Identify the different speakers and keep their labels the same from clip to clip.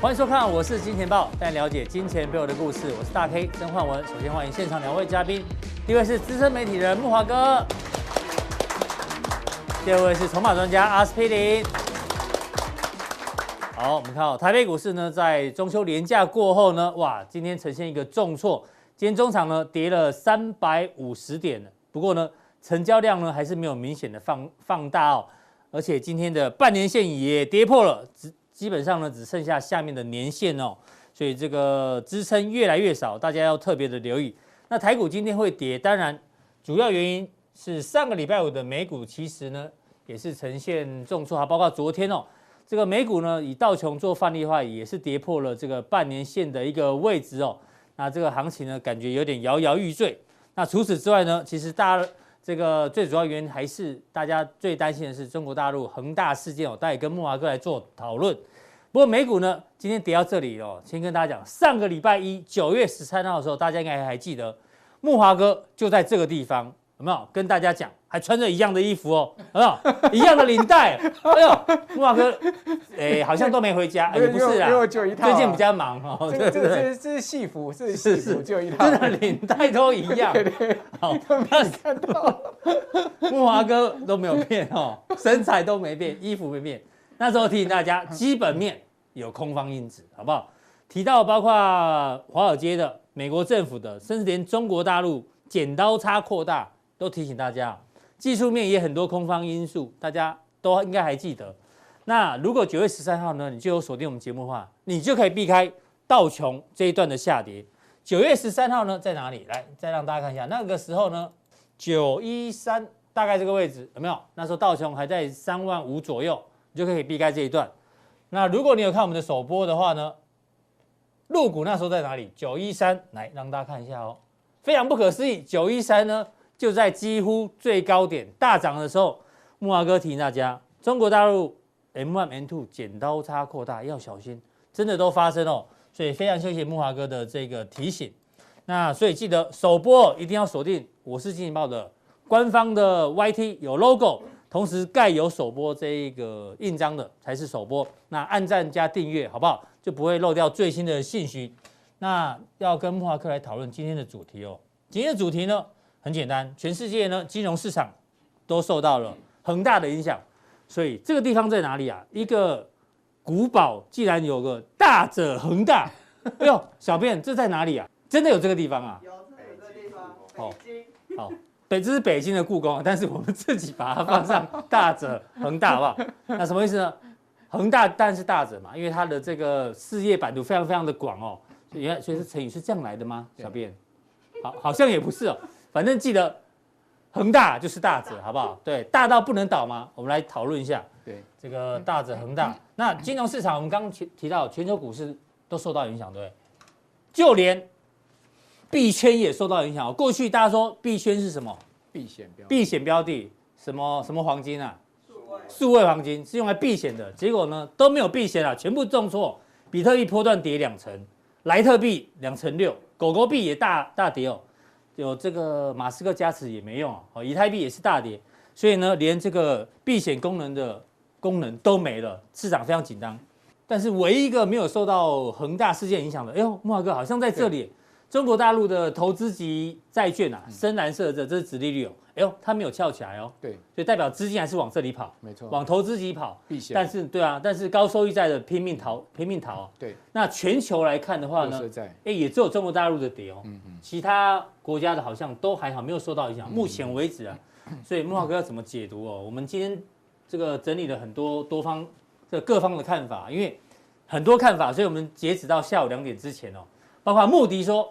Speaker 1: 欢迎收看，我是金钱豹，带你了解金钱背后的故事。我是大 K 曾焕文。首先欢迎现场两位嘉宾，第一位是资深媒体人木华哥，第二位是筹码专家阿司匹林。好，我们看到台北股市呢，在中秋连假过后呢，哇，今天呈现一个重挫，今天中场呢跌了三百五十点，不过呢，成交量呢还是没有明显的放放大哦，而且今天的半年线也跌破了，只基本上呢只剩下下面的年线哦，所以这个支撑越来越少，大家要特别的留意。那台股今天会跌，当然主要原因是上个礼拜五的美股其实呢也是呈现重挫，还包括昨天哦。这个美股呢，以道琼做范例的话，也是跌破了这个半年线的一个位置哦。那这个行情呢，感觉有点摇摇欲坠。那除此之外呢，其实大家这个最主要原因还是大家最担心的是中国大陆恒大事件哦。大家也跟木华哥来做讨论。不过美股呢，今天跌到这里哦，先跟大家讲，上个礼拜一九月十三号的时候，大家应该还记得，木华哥就在这个地方，有没有跟大家讲？还穿着一样的衣服哦，有没有？一样的领带，哎呦，木华哥，哎，好像都没回家，哎也不是啊
Speaker 2: 因为，我只有一套啊、
Speaker 1: 最近比较忙哦，对
Speaker 2: 这个
Speaker 1: 不
Speaker 2: 这个
Speaker 1: 对？
Speaker 2: 这是这是戏服，这是
Speaker 1: 是
Speaker 2: 戏服，
Speaker 1: 是
Speaker 2: 只有一套。
Speaker 1: 真的 领带都一样，好，看到木华哥都没有变哦，身材都没变，衣服没变。那时候提醒大家，基本面有空方因子，好不好？提到包括华尔街的、美国政府的，甚至连中国大陆剪刀差扩大，都提醒大家，技术面也很多空方因素，大家都应该还记得。那如果九月十三号呢，你就有锁定我们节目的话，你就可以避开道琼这一段的下跌。九月十三号呢，在哪里？来，再让大家看一下，那个时候呢，九一三大概这个位置有没有？那时候道琼还在三万五左右，你就可以避开这一段。那如果你有看我们的首播的话呢，入股那时候在哪里？九一三，来让大家看一下哦，非常不可思议，九一三呢就在几乎最高点大涨的时候，木华哥提醒大家，中国大陆 M one M two 剪刀差扩大要小心，真的都发生哦，所以非常谢谢木华哥的这个提醒。那所以记得首播一定要锁定我是金钱豹的官方的 YT 有 logo，同时盖有首播这一个印章的才是首播。那按赞加订阅好不好？就不会漏掉最新的信息。那要跟木华克来讨论今天的主题哦。今天的主题呢很简单，全世界呢金融市场都受到了很大的影响，所以这个地方在哪里啊？一个古堡既然有个大者恒大，哎呦，小便这在哪里啊？真的有这个地方啊？
Speaker 3: 有这有个地方，
Speaker 1: 哦
Speaker 3: 北京。
Speaker 1: 好，北这是北京的故宫，但是我们自己把它放上大者恒大，好不好？那什么意思呢？恒大当然是大者嘛，因为它的这个事业版图非常非常的广哦。所以原来所以这成语是这样来的吗？
Speaker 2: 对
Speaker 1: 小便，好，好像也不是哦。反正记得恒大就是大者，好不好？对，大到不能倒吗？我们来讨论一下。
Speaker 2: 对，
Speaker 1: 这个大者恒大。那金融市场，我们刚刚提提到全球股市都受到影响，对不对？就连币圈也受到影响哦。过去大家说币圈是什么？
Speaker 2: 避险标。
Speaker 1: 避险标的，什么什么黄金啊，数位黄金是用来避险的，结果呢都没有避险啊，全部重挫。比特币波段跌两成，莱特币两成六，狗狗币也大大跌哦，有这个马斯克加持也没用哦，哦以太币也是大跌，所以呢连这个避险功能的功能都没了，市场非常紧张。但是唯一一个没有受到恒大事件影响的，哎呦，木华哥好像在这里，中国大陆的投资级债券啊，深蓝色的这是殖利率哦，哎呦，它没有翘起来哦，
Speaker 2: 对，
Speaker 1: 所以代表资金还是往这里跑，
Speaker 2: 没错。
Speaker 1: 往投资级跑。
Speaker 2: 避险。
Speaker 1: 但是对啊，但是高收益债的拼命逃，拼命逃、啊。
Speaker 2: 对，
Speaker 1: 那全球来看的话
Speaker 2: 垃
Speaker 1: 呢
Speaker 2: 圾，债。
Speaker 1: 哎，也只有中国大陆的跌哦，
Speaker 2: 嗯嗯。
Speaker 1: 其他国家的好像都还好，没有受到影响。目前为止啊，
Speaker 2: 嗯
Speaker 1: 所以木华哥要怎么解读哦？我们今天这个整理了很多多方这各方的看法，因为很多看法，所以我们截止到下午两点之前哦，包括穆迪说，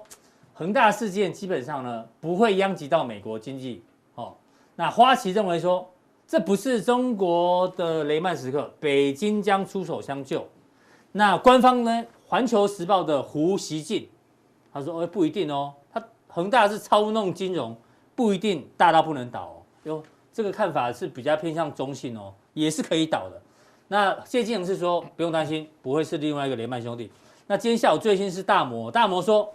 Speaker 1: 恒大事件基本上呢不会殃及到美国经济哦。那花旗认为说，这不是中国的雷曼时刻，北京将出手相救。那官方呢，《环球时报》的胡锡进他说：“哦，不一定哦，他恒大是操弄金融，不一定大到不能倒哦。哟，这个看法是比较偏向中性哦，也是可以倒的。那谢金龙是说不用担心，不会是另外一个雷曼兄弟。那今天下午最新是大摩，大摩说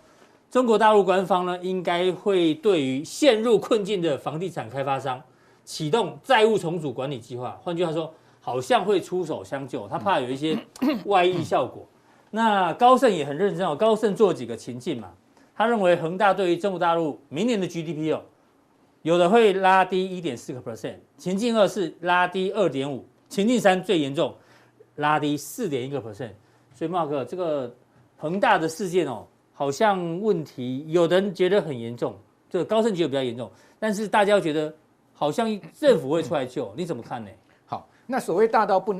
Speaker 1: 中国大陆官方呢应该会对于陷入困境的房地产开发商启动债务重组管理计划。换句话说，好像会出手相救，他怕有一些外溢效果。那高盛也很认真哦，高盛做几个情境嘛，他认为恒大对于中国大陆明年的 GDP 哦，有的会拉低一点四个 percent，情境二是拉低二点五，情境三最严重，拉低四点一个 percent。所以茂哥，这个恒大的事件哦，好像问题有的人觉得很严重，这个高盛觉得比较严重，但是大家觉得好像政府会出来救，你怎么看呢？
Speaker 2: 好，那所谓大到不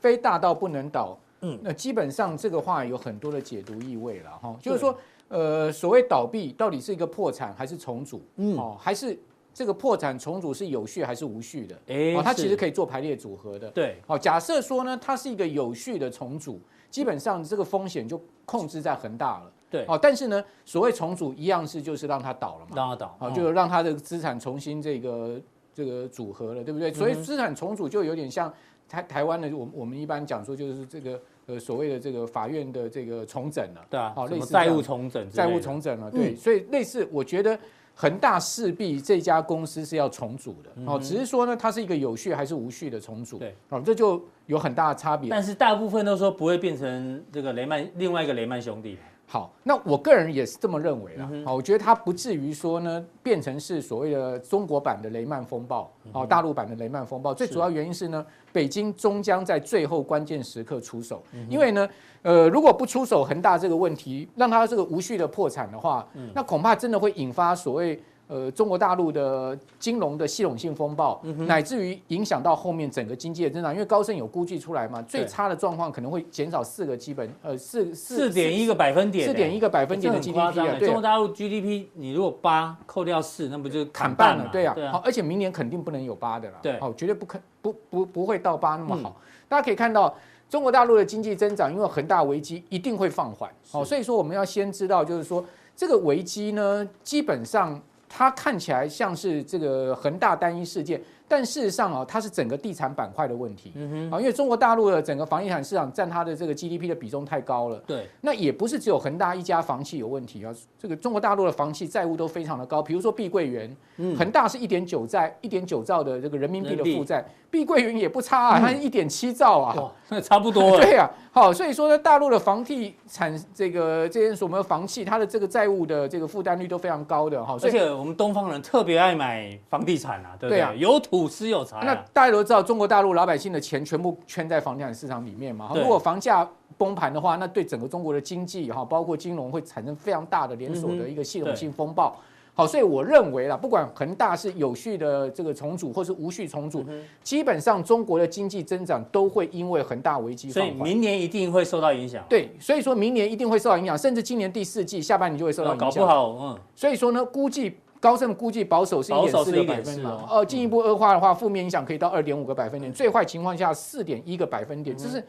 Speaker 2: 非大到不能倒，
Speaker 1: 嗯
Speaker 2: 嗯，那基本上这个话有很多的解读意味了哈，就是说，呃，所谓倒闭到底是一个破产还是重组？
Speaker 1: 嗯
Speaker 2: 嗯，哦，还是这个破产重组是有序还是无序的？
Speaker 1: 哎
Speaker 2: 哦，它其
Speaker 1: 是
Speaker 2: 实可以做排列组合的。
Speaker 1: 对，
Speaker 2: 好，假设说呢，它是一个有序的重组，基本上这个风险就控制在恒大了。
Speaker 1: 对
Speaker 2: 哦，但是呢，所谓重组一样是就是让它倒了嘛，
Speaker 1: 让他倒，
Speaker 2: 好，
Speaker 1: 嗯
Speaker 2: 哦就让它的资产重新这个这个组合了，对不对？
Speaker 1: 嗯
Speaker 2: 所以资产重组就有点像台台湾的，我们我们一般讲说就是这个呃所谓的这个法院的这个重整了，
Speaker 1: 对啊，
Speaker 2: 好
Speaker 1: 什
Speaker 2: 类
Speaker 1: 么
Speaker 2: 似这样
Speaker 1: 债务重整之类
Speaker 2: 债
Speaker 1: 的，嗯
Speaker 2: 务重整了，对，所以类似我觉得。恒大势必这家公司是要重组的哦，只是说呢，它是一个有序还是无序的重组，
Speaker 1: 嗯对，
Speaker 2: 哦，这就有很大的差别。
Speaker 1: 但是大部分都说不会变成这个雷曼另外一个雷曼兄弟，
Speaker 2: 好，那我个人也是这么认为啦。好，我觉得它不至于说呢变成是所谓的中国版的雷曼风暴，好，大陆版的雷曼风暴。最主要原因是呢，北京终将在最后关键时刻出手，因为呢，呃，如果不出手恒大这个问题，让它这个无序的破产的话，那恐怕真的会引发所谓。呃，中国大陆的金融的系统性风暴，乃至于影响到后面整个经济的增长，因为高盛有估计出来嘛，最
Speaker 1: 对
Speaker 2: 差的状况可能会减少四个基本，呃，四
Speaker 1: 四点一个百分点，欸
Speaker 2: 四点一个哎百分点的
Speaker 1: 这很夸
Speaker 2: GDP
Speaker 1: 张
Speaker 2: 了，
Speaker 1: 欸中
Speaker 2: 啊对
Speaker 1: 国，大陆 GDP 你如果八扣掉四，那不就
Speaker 2: 砍
Speaker 1: 半
Speaker 2: 半了，对啊
Speaker 1: 对，
Speaker 2: 好，
Speaker 1: 啊，
Speaker 2: 而且明年肯定不能有八的啦，
Speaker 1: 对
Speaker 2: 好，绝对嗯不可不不不会到八那么好。大家可以看到，中国大陆的经济增长因为恒大危机一定会放缓，好，所以说我们要先知道，就是说这个危机呢，基本上它看起来像是这个恒大单一事件，但事实上啊，它是整个地产板块的问题，啊，因为中国大陆的整个房地产市场占它的这个 GDP 的比重太高了。
Speaker 1: 对，
Speaker 2: 那也不是只有恒大一家房企有问题啊，这个中国大陆的房企债务都非常的高，比如说碧桂园，恒大是一点九债一点九兆的这个人民币的
Speaker 1: 嗯人民币嗯
Speaker 2: 负债，碧桂园也不差啊，它一点七兆啊。
Speaker 1: 哇，那差不多了，
Speaker 2: 对啊，好，所以说呢，大陆的房地产这个这些所谓的房企，它的这个债务的这个负担率都非常高的哈，所
Speaker 1: 而
Speaker 2: 以
Speaker 1: 且我们东方人特别爱买房地产啊，对不
Speaker 2: 对啊
Speaker 1: 对？有土是有财
Speaker 2: 那
Speaker 1: 啊，
Speaker 2: 大家都知道，中国大陆老百姓的钱全部圈在房地产市场里面嘛。
Speaker 1: 对
Speaker 2: 如果房价崩盘的话，那对整个中国的经济哈，包括金融会产生非常大的连锁
Speaker 1: 嗯
Speaker 2: 的
Speaker 1: 哼
Speaker 2: 一个系统性风暴。好，所以我认为啦，不管恒大是有序的这个重组，或是无序重
Speaker 1: 嗯
Speaker 2: 组，基本上中国的经济增长都会因为恒大危机
Speaker 1: 所
Speaker 2: 放
Speaker 1: 以
Speaker 2: 缓。
Speaker 1: 明年一定会受到影响，啊
Speaker 2: 对，所以说明年一定会受到影响，甚至今年第四季下半年就会受到
Speaker 1: 呃
Speaker 2: 影
Speaker 1: 搞
Speaker 2: 响。
Speaker 1: 不好，嗯，
Speaker 2: 所以说呢，估计高盛估计保守是一
Speaker 1: 保守
Speaker 2: 点
Speaker 1: 是
Speaker 2: 四个百分
Speaker 1: 1.4
Speaker 2: 点
Speaker 1: 哦，
Speaker 2: 呃，进一步恶化的话，负面影响可以到二点五个百分点，最坏情况下四点一个百分点，这是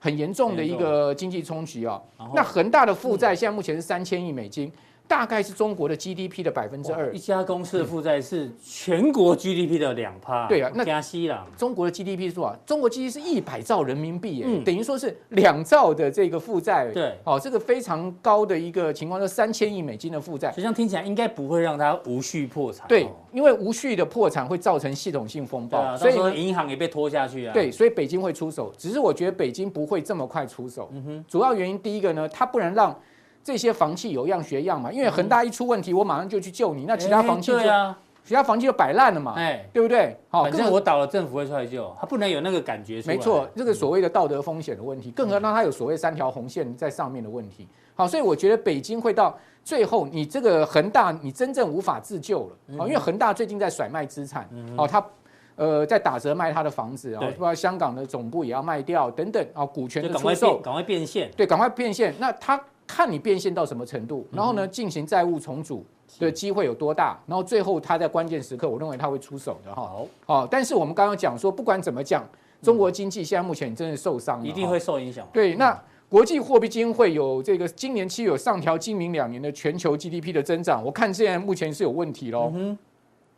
Speaker 2: 很严重的一个经济冲击啊
Speaker 1: 然后。
Speaker 2: 那恒大的负债现在目前是三千亿美金，大概是中国的 GDP 的百分之
Speaker 1: 哇
Speaker 2: 二
Speaker 1: 一。家公司的负债是全国 GDP 的两趴，
Speaker 2: 对啊那
Speaker 1: 加息啦，
Speaker 2: 中国的 GDP 是多少？中国 GDP 是一百兆人民币耶，
Speaker 1: 嗯
Speaker 2: 等于说是两兆的这个负债。
Speaker 1: 对，
Speaker 2: 哦，这个非常高的一个情况，就三千亿美金的负债。
Speaker 1: 所以这样听起来应该不会让它无序破产哦，
Speaker 2: 对，因为无序的破产会造成系统性风
Speaker 1: 对
Speaker 2: 暴，
Speaker 1: 啊，
Speaker 2: 所
Speaker 1: 到
Speaker 2: 以
Speaker 1: 时候
Speaker 2: 呢
Speaker 1: 银行也被拖下去啊，
Speaker 2: 对，所以北京会出手，只是我觉得北京不会这么快出手。
Speaker 1: 嗯
Speaker 2: 主要原因第一个呢，它不能让这些房企有样学样嘛，因为恒大一出问题，我马上就去救你，那其他
Speaker 1: 嗯哎
Speaker 2: 房企就
Speaker 1: 对啊，
Speaker 2: 其他房企就摆烂了嘛，
Speaker 1: 哎。
Speaker 2: 对不对？好，
Speaker 1: 反
Speaker 2: 更
Speaker 1: 正
Speaker 2: 何
Speaker 1: 我倒了，政府会出来救，他不能有那个感觉出来。嗯
Speaker 2: 没错，这个所谓的道德风险的问题，更何况它有所谓三条红线在上面的问题。好，所以我觉得北京会到最后，你这个恒大你真正无法自救了
Speaker 1: 嗯
Speaker 2: 啊，因为恒大最近在甩卖资产，哦，它呃在打折卖它的房子啊，
Speaker 1: 对
Speaker 2: 包括香港的总部也要卖掉等等啊，股权
Speaker 1: 就
Speaker 2: 的
Speaker 1: 赶
Speaker 2: 出
Speaker 1: 快
Speaker 2: 售
Speaker 1: 变，，赶快变现。
Speaker 2: 对，赶快变现。那他看你变现到什么程度，
Speaker 1: 嗯
Speaker 2: 然后呢进行债务重组的机会有多大，然后最后他在关键时刻，我认为他会出手的哈。
Speaker 1: 好，
Speaker 2: 好，哦但是我们刚刚讲说，不管怎么讲，中国经济现在目前真的受伤了，
Speaker 1: 嗯一定
Speaker 2: 哈
Speaker 1: 会受影响。
Speaker 2: 对，那国际货币基金会有这个今年期有上调今明两年的全球 GDP 的增长，我看现在目前是有问题喽。
Speaker 1: 嗯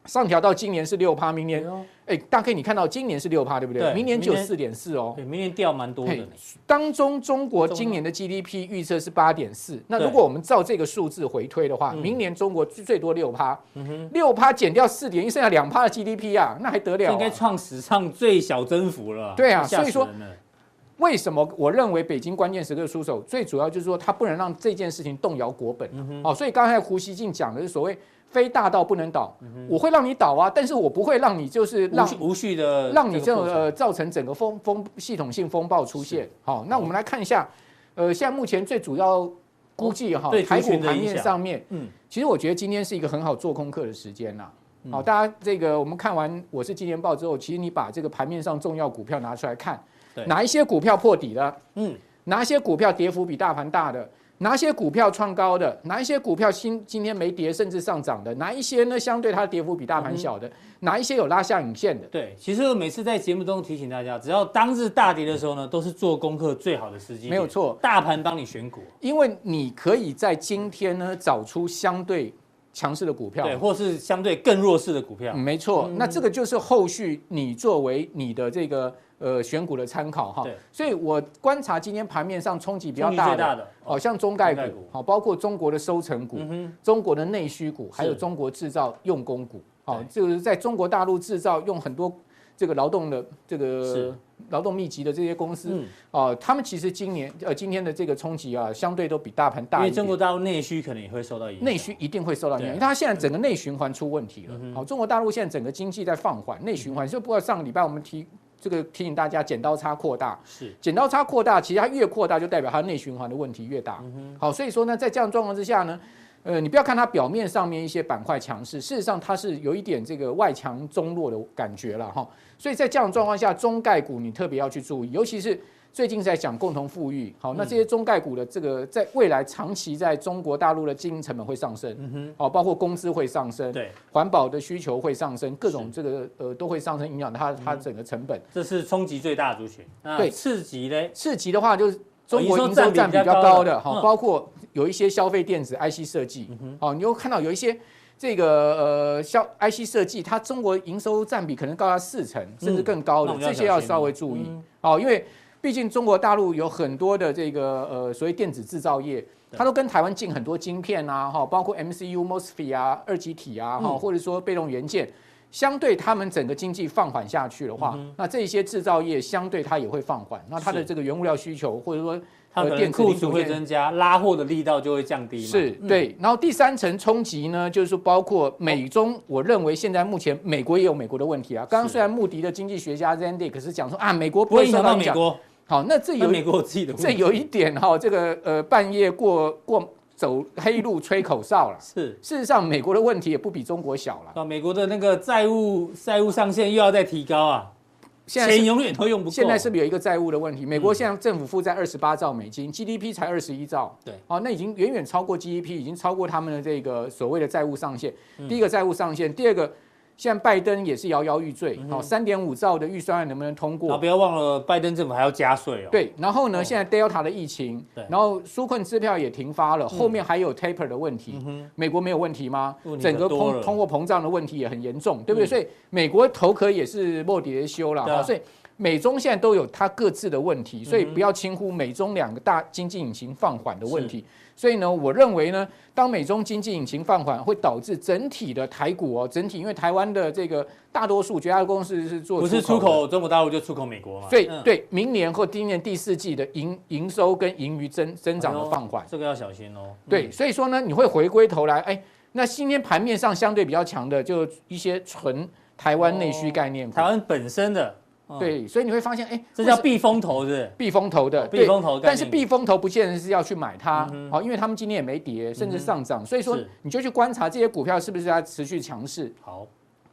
Speaker 2: 上调到今年是六趴，明
Speaker 1: 哎
Speaker 2: 年
Speaker 1: 呦
Speaker 2: 哎，大概你看到今年是六趴，对不对？
Speaker 1: 对
Speaker 2: 明年只有
Speaker 1: 明
Speaker 2: 四点四哦。
Speaker 1: 对，明年掉蛮多的
Speaker 2: 嘿
Speaker 1: 呢。
Speaker 2: 当中中国今年的 GDP 预测是八点四，那
Speaker 1: 对嗯
Speaker 2: 如果我们照这个数字回推的话，明年中国最多六趴，六趴减掉四点一，剩下两趴的 GDP 啊，那还得
Speaker 1: 这
Speaker 2: 了
Speaker 1: 应
Speaker 2: 啊、
Speaker 1: 该创史上最小增幅了。
Speaker 2: 对啊
Speaker 1: 吓
Speaker 2: 所以
Speaker 1: 死
Speaker 2: 说
Speaker 1: 人了
Speaker 2: 为什么我认为北京关键时刻出手，最主要就是说他不能让这件事情动摇国本。哦，所以刚才胡锡进讲的是所谓非大到不能倒，我会让你倒啊，但是我不会让你就是
Speaker 1: 无
Speaker 2: 让
Speaker 1: 序无序的
Speaker 2: 让你这种
Speaker 1: 个过程
Speaker 2: 呃造成整个风风系统性风暴出现。好，那我们来看一下，呃，现在目前最主要估计哈
Speaker 1: 对，
Speaker 2: 台
Speaker 1: 族
Speaker 2: 股
Speaker 1: 群的
Speaker 2: 盘
Speaker 1: 影
Speaker 2: 面
Speaker 1: 响
Speaker 2: 上面，
Speaker 1: 嗯
Speaker 2: 嗯，其实我觉得今天是一个很好做功课的时间啦。
Speaker 1: 嗯
Speaker 2: 好，大家这个我们看完《我是金钱豹》之后，其实你把这个盘面上重要股票拿出来看
Speaker 1: 对，
Speaker 2: 哪一些股票破底了？
Speaker 1: 嗯
Speaker 2: 嗯，哪一些股票跌幅比大盘大的？哪一些股票创高的？哪一些股票今今天没跌甚至上涨的？哪一些呢相对它的跌幅比大
Speaker 1: 嗯
Speaker 2: 盘小的？哪一些有拉下影线的？
Speaker 1: 对，其实我每次在节目中提醒大家，只要当日大跌的时候呢，都是做功课最好的时机。
Speaker 2: 没有，错，
Speaker 1: 大盘帮你选股，
Speaker 2: 因为你可以在今天呢找出相对强势的股票。
Speaker 1: 对，或是相对更弱势的股票
Speaker 2: 嗯。没错。那这个就是后续你作为你的这个呃选股的参考哈
Speaker 1: 对。
Speaker 2: 所以我观察今天盘面上冲击比较
Speaker 1: 冲击
Speaker 2: 大
Speaker 1: 最
Speaker 2: 的，
Speaker 1: 大的，哦
Speaker 2: 好像中概
Speaker 1: 中概
Speaker 2: 股
Speaker 1: 股，
Speaker 2: 好包括中国的收成
Speaker 1: 嗯
Speaker 2: 股、中国的内需股，还有中国制造用工股，好
Speaker 1: 对，
Speaker 2: 就是在中国大陆制造用很多这个劳动的这
Speaker 1: 是
Speaker 2: 个劳动密集的这些公司
Speaker 1: 嗯，
Speaker 2: 哦，他们其实今年呃今天的这个冲击啊，相对都比大盘
Speaker 1: 因
Speaker 2: 大
Speaker 1: 为
Speaker 2: 一
Speaker 1: 中
Speaker 2: 点
Speaker 1: 国。大陆内需可能也会受到影响。
Speaker 2: 内需一定会受到影响，
Speaker 1: 对嗯
Speaker 2: 因为它现在整个内循环出问题了。好，中国大陆现在整个经济在放缓，内循环就不过上个礼拜我们提这个提醒大家，剪刀差扩大，
Speaker 1: 是
Speaker 2: 剪刀差扩大，其实它越扩大就代表它内循环的问题越大。好，所以说呢，在这样的状况之下呢，呃，你不要看它表面上面一些板块强势，事实上它是有一点这个外强中弱的感觉了哈。所以在这样的状况下，中概股你特别要去注意，尤其是。最近在讲共同富裕，好，那这些中概股的这个在未来长期在中国大陆的经营成本会上升，好，包括工资会上升，
Speaker 1: 对，
Speaker 2: 环保的需求会上升，各种这个呃都会上升，影响它它整个成本。
Speaker 1: 这是冲击最大的族群。那
Speaker 2: 对
Speaker 1: 次级嘞，
Speaker 2: 次级的话，就是中国
Speaker 1: 哦
Speaker 2: 营收占比比较高的
Speaker 1: 嗯
Speaker 2: 哈，包括有一些消费电子 IC 设计，哦，你又看到有一些这个呃消 IC 设计，它中国营收占比可能高达四成甚至更高
Speaker 1: 嗯那
Speaker 2: 的
Speaker 1: 我，们要
Speaker 2: 这些
Speaker 1: 小
Speaker 2: 要
Speaker 1: 心嗯
Speaker 2: 稍微注意哦，因为毕竟中国大陆有很多的这个呃所谓电子制造业。它都跟台湾进很多晶片啊，哈，包括 MCU、MOSFET 啊、二极体啊，
Speaker 1: 嗯
Speaker 2: 哈，或者说被动元件，相对他们整个经济放缓下去的话，那这些制造业相对它也会放缓，那它
Speaker 1: 嗯
Speaker 2: 的
Speaker 1: 是
Speaker 2: 这个原物料需求或者说
Speaker 1: 它可
Speaker 2: 呃
Speaker 1: 能
Speaker 2: 电子
Speaker 1: 库
Speaker 2: 零
Speaker 1: 存
Speaker 2: 组
Speaker 1: 会
Speaker 2: 件
Speaker 1: 增加，拉货的力道就会降低嘛。
Speaker 2: 是
Speaker 1: 嗯，
Speaker 2: 对，然后第三层冲击呢，就是说包括美中，我认为现在目前美国也有美国的问题啊。刚刚
Speaker 1: 是
Speaker 2: 虽然穆迪的经济学家 Zandy 可是讲说啊，美国
Speaker 1: 不
Speaker 2: 不
Speaker 1: 会
Speaker 2: 会
Speaker 1: 影
Speaker 2: 受
Speaker 1: 响到
Speaker 2: 到
Speaker 1: 美
Speaker 2: 影响。
Speaker 1: 国，
Speaker 2: 好，那这
Speaker 1: 那
Speaker 2: 有
Speaker 1: 美国有自己的问
Speaker 2: 这
Speaker 1: 题。
Speaker 2: 有一点哈、这个呃半夜过过走黑路吹口哨了。
Speaker 1: 是，
Speaker 2: 事实上，美国的问题也不比中国小了。
Speaker 1: 啊，美国的那个债务债务上限又要再提高啊，
Speaker 2: 现在
Speaker 1: 钱
Speaker 2: 是
Speaker 1: 永远都用不够。啊
Speaker 2: 现在是不是有一个债务的问题？美国现在政府负债二十八兆美金，GDP 才二十一兆，
Speaker 1: 对，
Speaker 2: 哦，那已经远远超过 GDP，已经超过他们的这个所谓的债务上限。
Speaker 1: 嗯
Speaker 2: 第一个债务上限，第二个，现在拜登也是摇摇欲坠，
Speaker 1: 嗯
Speaker 2: 哦，三点五兆的预算案能不能通
Speaker 1: 然后
Speaker 2: 过？
Speaker 1: 不要忘了，拜登政府还要加税哦。，
Speaker 2: 对，然后
Speaker 1: 哦
Speaker 2: 呢，现在 Delta 的疫情
Speaker 1: 对，嗯
Speaker 2: 然后纾困支票也停发了，后面还有 Taper 的问题，美国没有问题吗
Speaker 1: 问？题
Speaker 2: 整
Speaker 1: 可
Speaker 2: 个
Speaker 1: 多了
Speaker 2: 通通货膨胀的问题也很严重，对不对？
Speaker 1: 嗯
Speaker 2: 所以美国头壳也是莫底的修了，
Speaker 1: 对啊嗯
Speaker 2: 哈所以美中现在都有它各自的问题，所以不要轻忽美中两个大经济引擎放缓的问题。所以呢，我认为呢，当美中经济引擎放缓，会导致整体的台股哦，整体因为台湾的这个大多数绝大多数是做
Speaker 1: 不是
Speaker 2: 出
Speaker 1: 出
Speaker 2: 口的。
Speaker 1: 口中国大陆就出口美国嘛。
Speaker 2: 所以
Speaker 1: 嗯，
Speaker 2: 对明年或今年第四季的营营收跟盈余增增长的放缓，
Speaker 1: 这个要小心哦。
Speaker 2: 对，所以说呢，你会回归头来，哎，那今天盘面上相对比较强的，就一些纯台湾内需概念
Speaker 1: 嗯，
Speaker 2: 股
Speaker 1: 台，湾本身的，嗯，
Speaker 2: 对，所以你会发现，哎，
Speaker 1: 这叫
Speaker 2: 为什
Speaker 1: 避风头是不是
Speaker 2: 避风头的，
Speaker 1: 避
Speaker 2: 对。
Speaker 1: 风头的概
Speaker 2: 但
Speaker 1: 念嗯
Speaker 2: 是
Speaker 1: 股
Speaker 2: 避风头不见得是要去买它，哦好，因为他们今天也没跌，甚至上涨，所以说
Speaker 1: 嗯是
Speaker 2: 你就去观察这些股票是不是在持续强势。
Speaker 1: 好，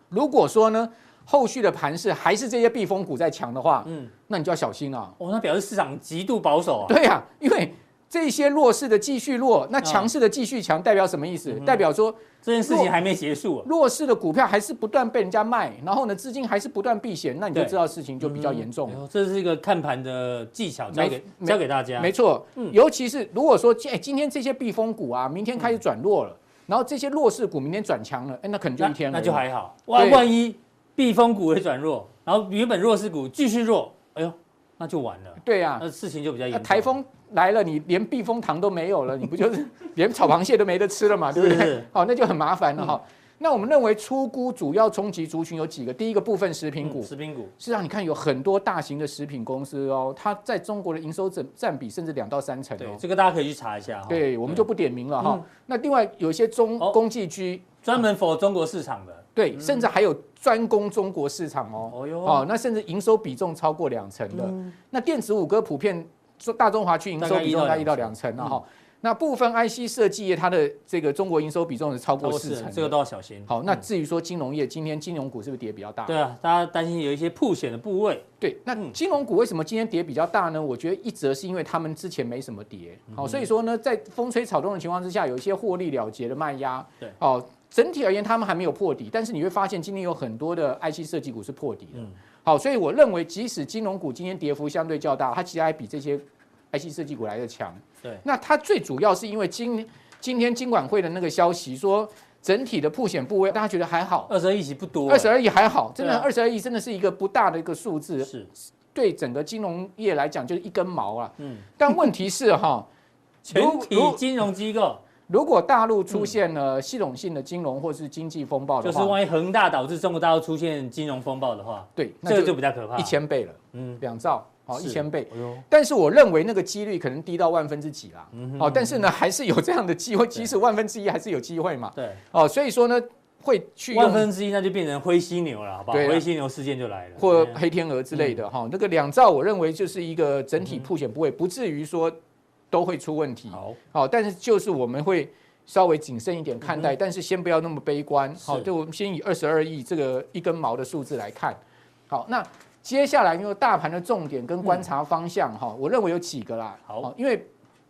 Speaker 2: 如果说呢，后续的盘势还是这些避风股在强的话，
Speaker 1: 嗯，
Speaker 2: 那你就要小心了、
Speaker 1: 哦，那表示市场极度保守啊。
Speaker 2: 对呀、因为这些弱势的继续弱，那强势的继续强，代表什么意思？
Speaker 1: 嗯
Speaker 2: 代表说
Speaker 1: 这件事情还没结束啊。
Speaker 2: 弱势的股票还是不断被人家卖，然后呢，资金还是不断避险，那你就
Speaker 1: 对
Speaker 2: 知道事情就比较严重
Speaker 1: 哎
Speaker 2: 了。
Speaker 1: 呦这是一个看盘的技巧，
Speaker 2: 没
Speaker 1: 交给
Speaker 2: 没
Speaker 1: 交给大家。
Speaker 2: 没错，
Speaker 1: 嗯
Speaker 2: 尤其是如果说今哎今天这些避风股啊，明天开
Speaker 1: 嗯
Speaker 2: 始转弱了，然后这些弱势股明天转强了，哎，那可能就
Speaker 1: 那
Speaker 2: 一天了，
Speaker 1: 那就还好。哇，
Speaker 2: 对
Speaker 1: 万一避风股也转弱，然后原本弱势股继续弱，哎呦，那就完了，
Speaker 2: 对呀、
Speaker 1: 那事情就比较严
Speaker 2: 那
Speaker 1: 重。
Speaker 2: 啊台风来了，你连 避风塘都没有了，你不就是连炒螃蟹都没得吃了嘛，对不
Speaker 1: 是 嗯
Speaker 2: 对？好，那就很麻烦了哈。那我们认为出估主要冲击族群有几个，第一个部分食品股，
Speaker 1: 食品嗯股，
Speaker 2: 事实上，你看有很多大型的食品公司哦，它在中国的营收占占比甚至两到三成
Speaker 1: 对，
Speaker 2: 哦。
Speaker 1: 这个大家可以去查一下哈。
Speaker 2: 对，我们就不点名了哈
Speaker 1: 嗯。
Speaker 2: 那另外有一些中
Speaker 1: 哦
Speaker 2: 工具居，
Speaker 1: 专门 for 中国市场的。
Speaker 2: 对，甚至还有专攻中国市场哦。
Speaker 1: 哦哟，
Speaker 2: 哦，那甚至营收比重超过两成的。
Speaker 1: 嗯
Speaker 2: 那电子五哥普遍说大中华区营收比重
Speaker 1: 大
Speaker 2: 大
Speaker 1: 概
Speaker 2: 概
Speaker 1: 一
Speaker 2: 一
Speaker 1: 到
Speaker 2: 到
Speaker 1: 两嗯
Speaker 2: 两成了哈。那部分 IC 设计业它的这个中国营收比重是超
Speaker 1: 超
Speaker 2: 过
Speaker 1: 过
Speaker 2: 四
Speaker 1: 四
Speaker 2: 成
Speaker 1: 成，这个
Speaker 2: 的。
Speaker 1: 都要小心。
Speaker 2: 好，那
Speaker 1: 嗯
Speaker 2: 至于说金融业，今天金融股是不是跌比较大？
Speaker 1: 对啊，大家担心有一些破险的部位，
Speaker 2: 对，那
Speaker 1: 嗯
Speaker 2: 金融股为什么今天跌比较大呢？我觉得一则是因为他们之前没什么跌，
Speaker 1: 嗯
Speaker 2: 好、所以说呢，在风吹草动的情况之下，有一些获利了结的卖压，
Speaker 1: 对，
Speaker 2: 哦，整体而言他们还没有破底，但是你会发现今天有很多的 IC 设计股是破底的，
Speaker 1: 嗯
Speaker 2: 好，所以我认为即使金融股今天跌幅相对较大，它其实还比这些 IC 设计股来的强，
Speaker 1: 对
Speaker 2: 那它最主要是因为今今天金管会的那个消息说，整体的破险部位大家觉得还好。
Speaker 1: 二十二亿其实不多，啊
Speaker 2: 二十二亿还好，
Speaker 1: 哦
Speaker 2: 真
Speaker 1: 对
Speaker 2: 的
Speaker 1: 啊
Speaker 2: 二十二亿真的是一个不大的一个数字，
Speaker 1: 是，
Speaker 2: 对整个金融业来讲就是一根毛啊。
Speaker 1: 嗯，
Speaker 2: 但问题是哈，
Speaker 1: 全
Speaker 2: 如
Speaker 1: 体
Speaker 2: 如
Speaker 1: 金融机构
Speaker 2: 如果大陆出现了系统性的金融或是经济风暴
Speaker 1: 就
Speaker 2: 的
Speaker 1: 是
Speaker 2: 话，
Speaker 1: 万一恒大导致中国大陆出现金融风暴的话，
Speaker 2: 对，
Speaker 1: 这个
Speaker 2: 那
Speaker 1: 就
Speaker 2: 就
Speaker 1: 比较可怕，
Speaker 2: 一，千倍了，
Speaker 1: 嗯，
Speaker 2: 两兆，好，
Speaker 1: 是
Speaker 2: 一千倍。
Speaker 1: 哎呦，
Speaker 2: 但是我认为那个几率可能低到万分之几啦
Speaker 1: 嗯哼，
Speaker 2: 哦，但是呢，还是有这样的机会，即使万分之一还是有机会嘛，
Speaker 1: 对，
Speaker 2: 哦，所以说呢，会去
Speaker 1: 万
Speaker 2: 用
Speaker 1: 分之一那就变成灰犀牛了，好不好？
Speaker 2: 对啊
Speaker 1: 灰犀牛事件就来了，
Speaker 2: 或
Speaker 1: 哎
Speaker 2: 黑天鹅之类的哈，那个两兆我认为就是一个整
Speaker 1: 嗯
Speaker 2: 体破险部位，不至于说都会出问题。
Speaker 1: 好，
Speaker 2: 好、但是就是我们会稍微谨慎一点看待，但是先不要那么悲观。
Speaker 1: 嗯
Speaker 2: 好、
Speaker 1: 是
Speaker 2: 对，我们先以二十二亿这个一根毛的数字来看。好，那接下来因为大盘的重点跟观察方向哈、我认为有几个啦。
Speaker 1: 嗯好
Speaker 2: 因为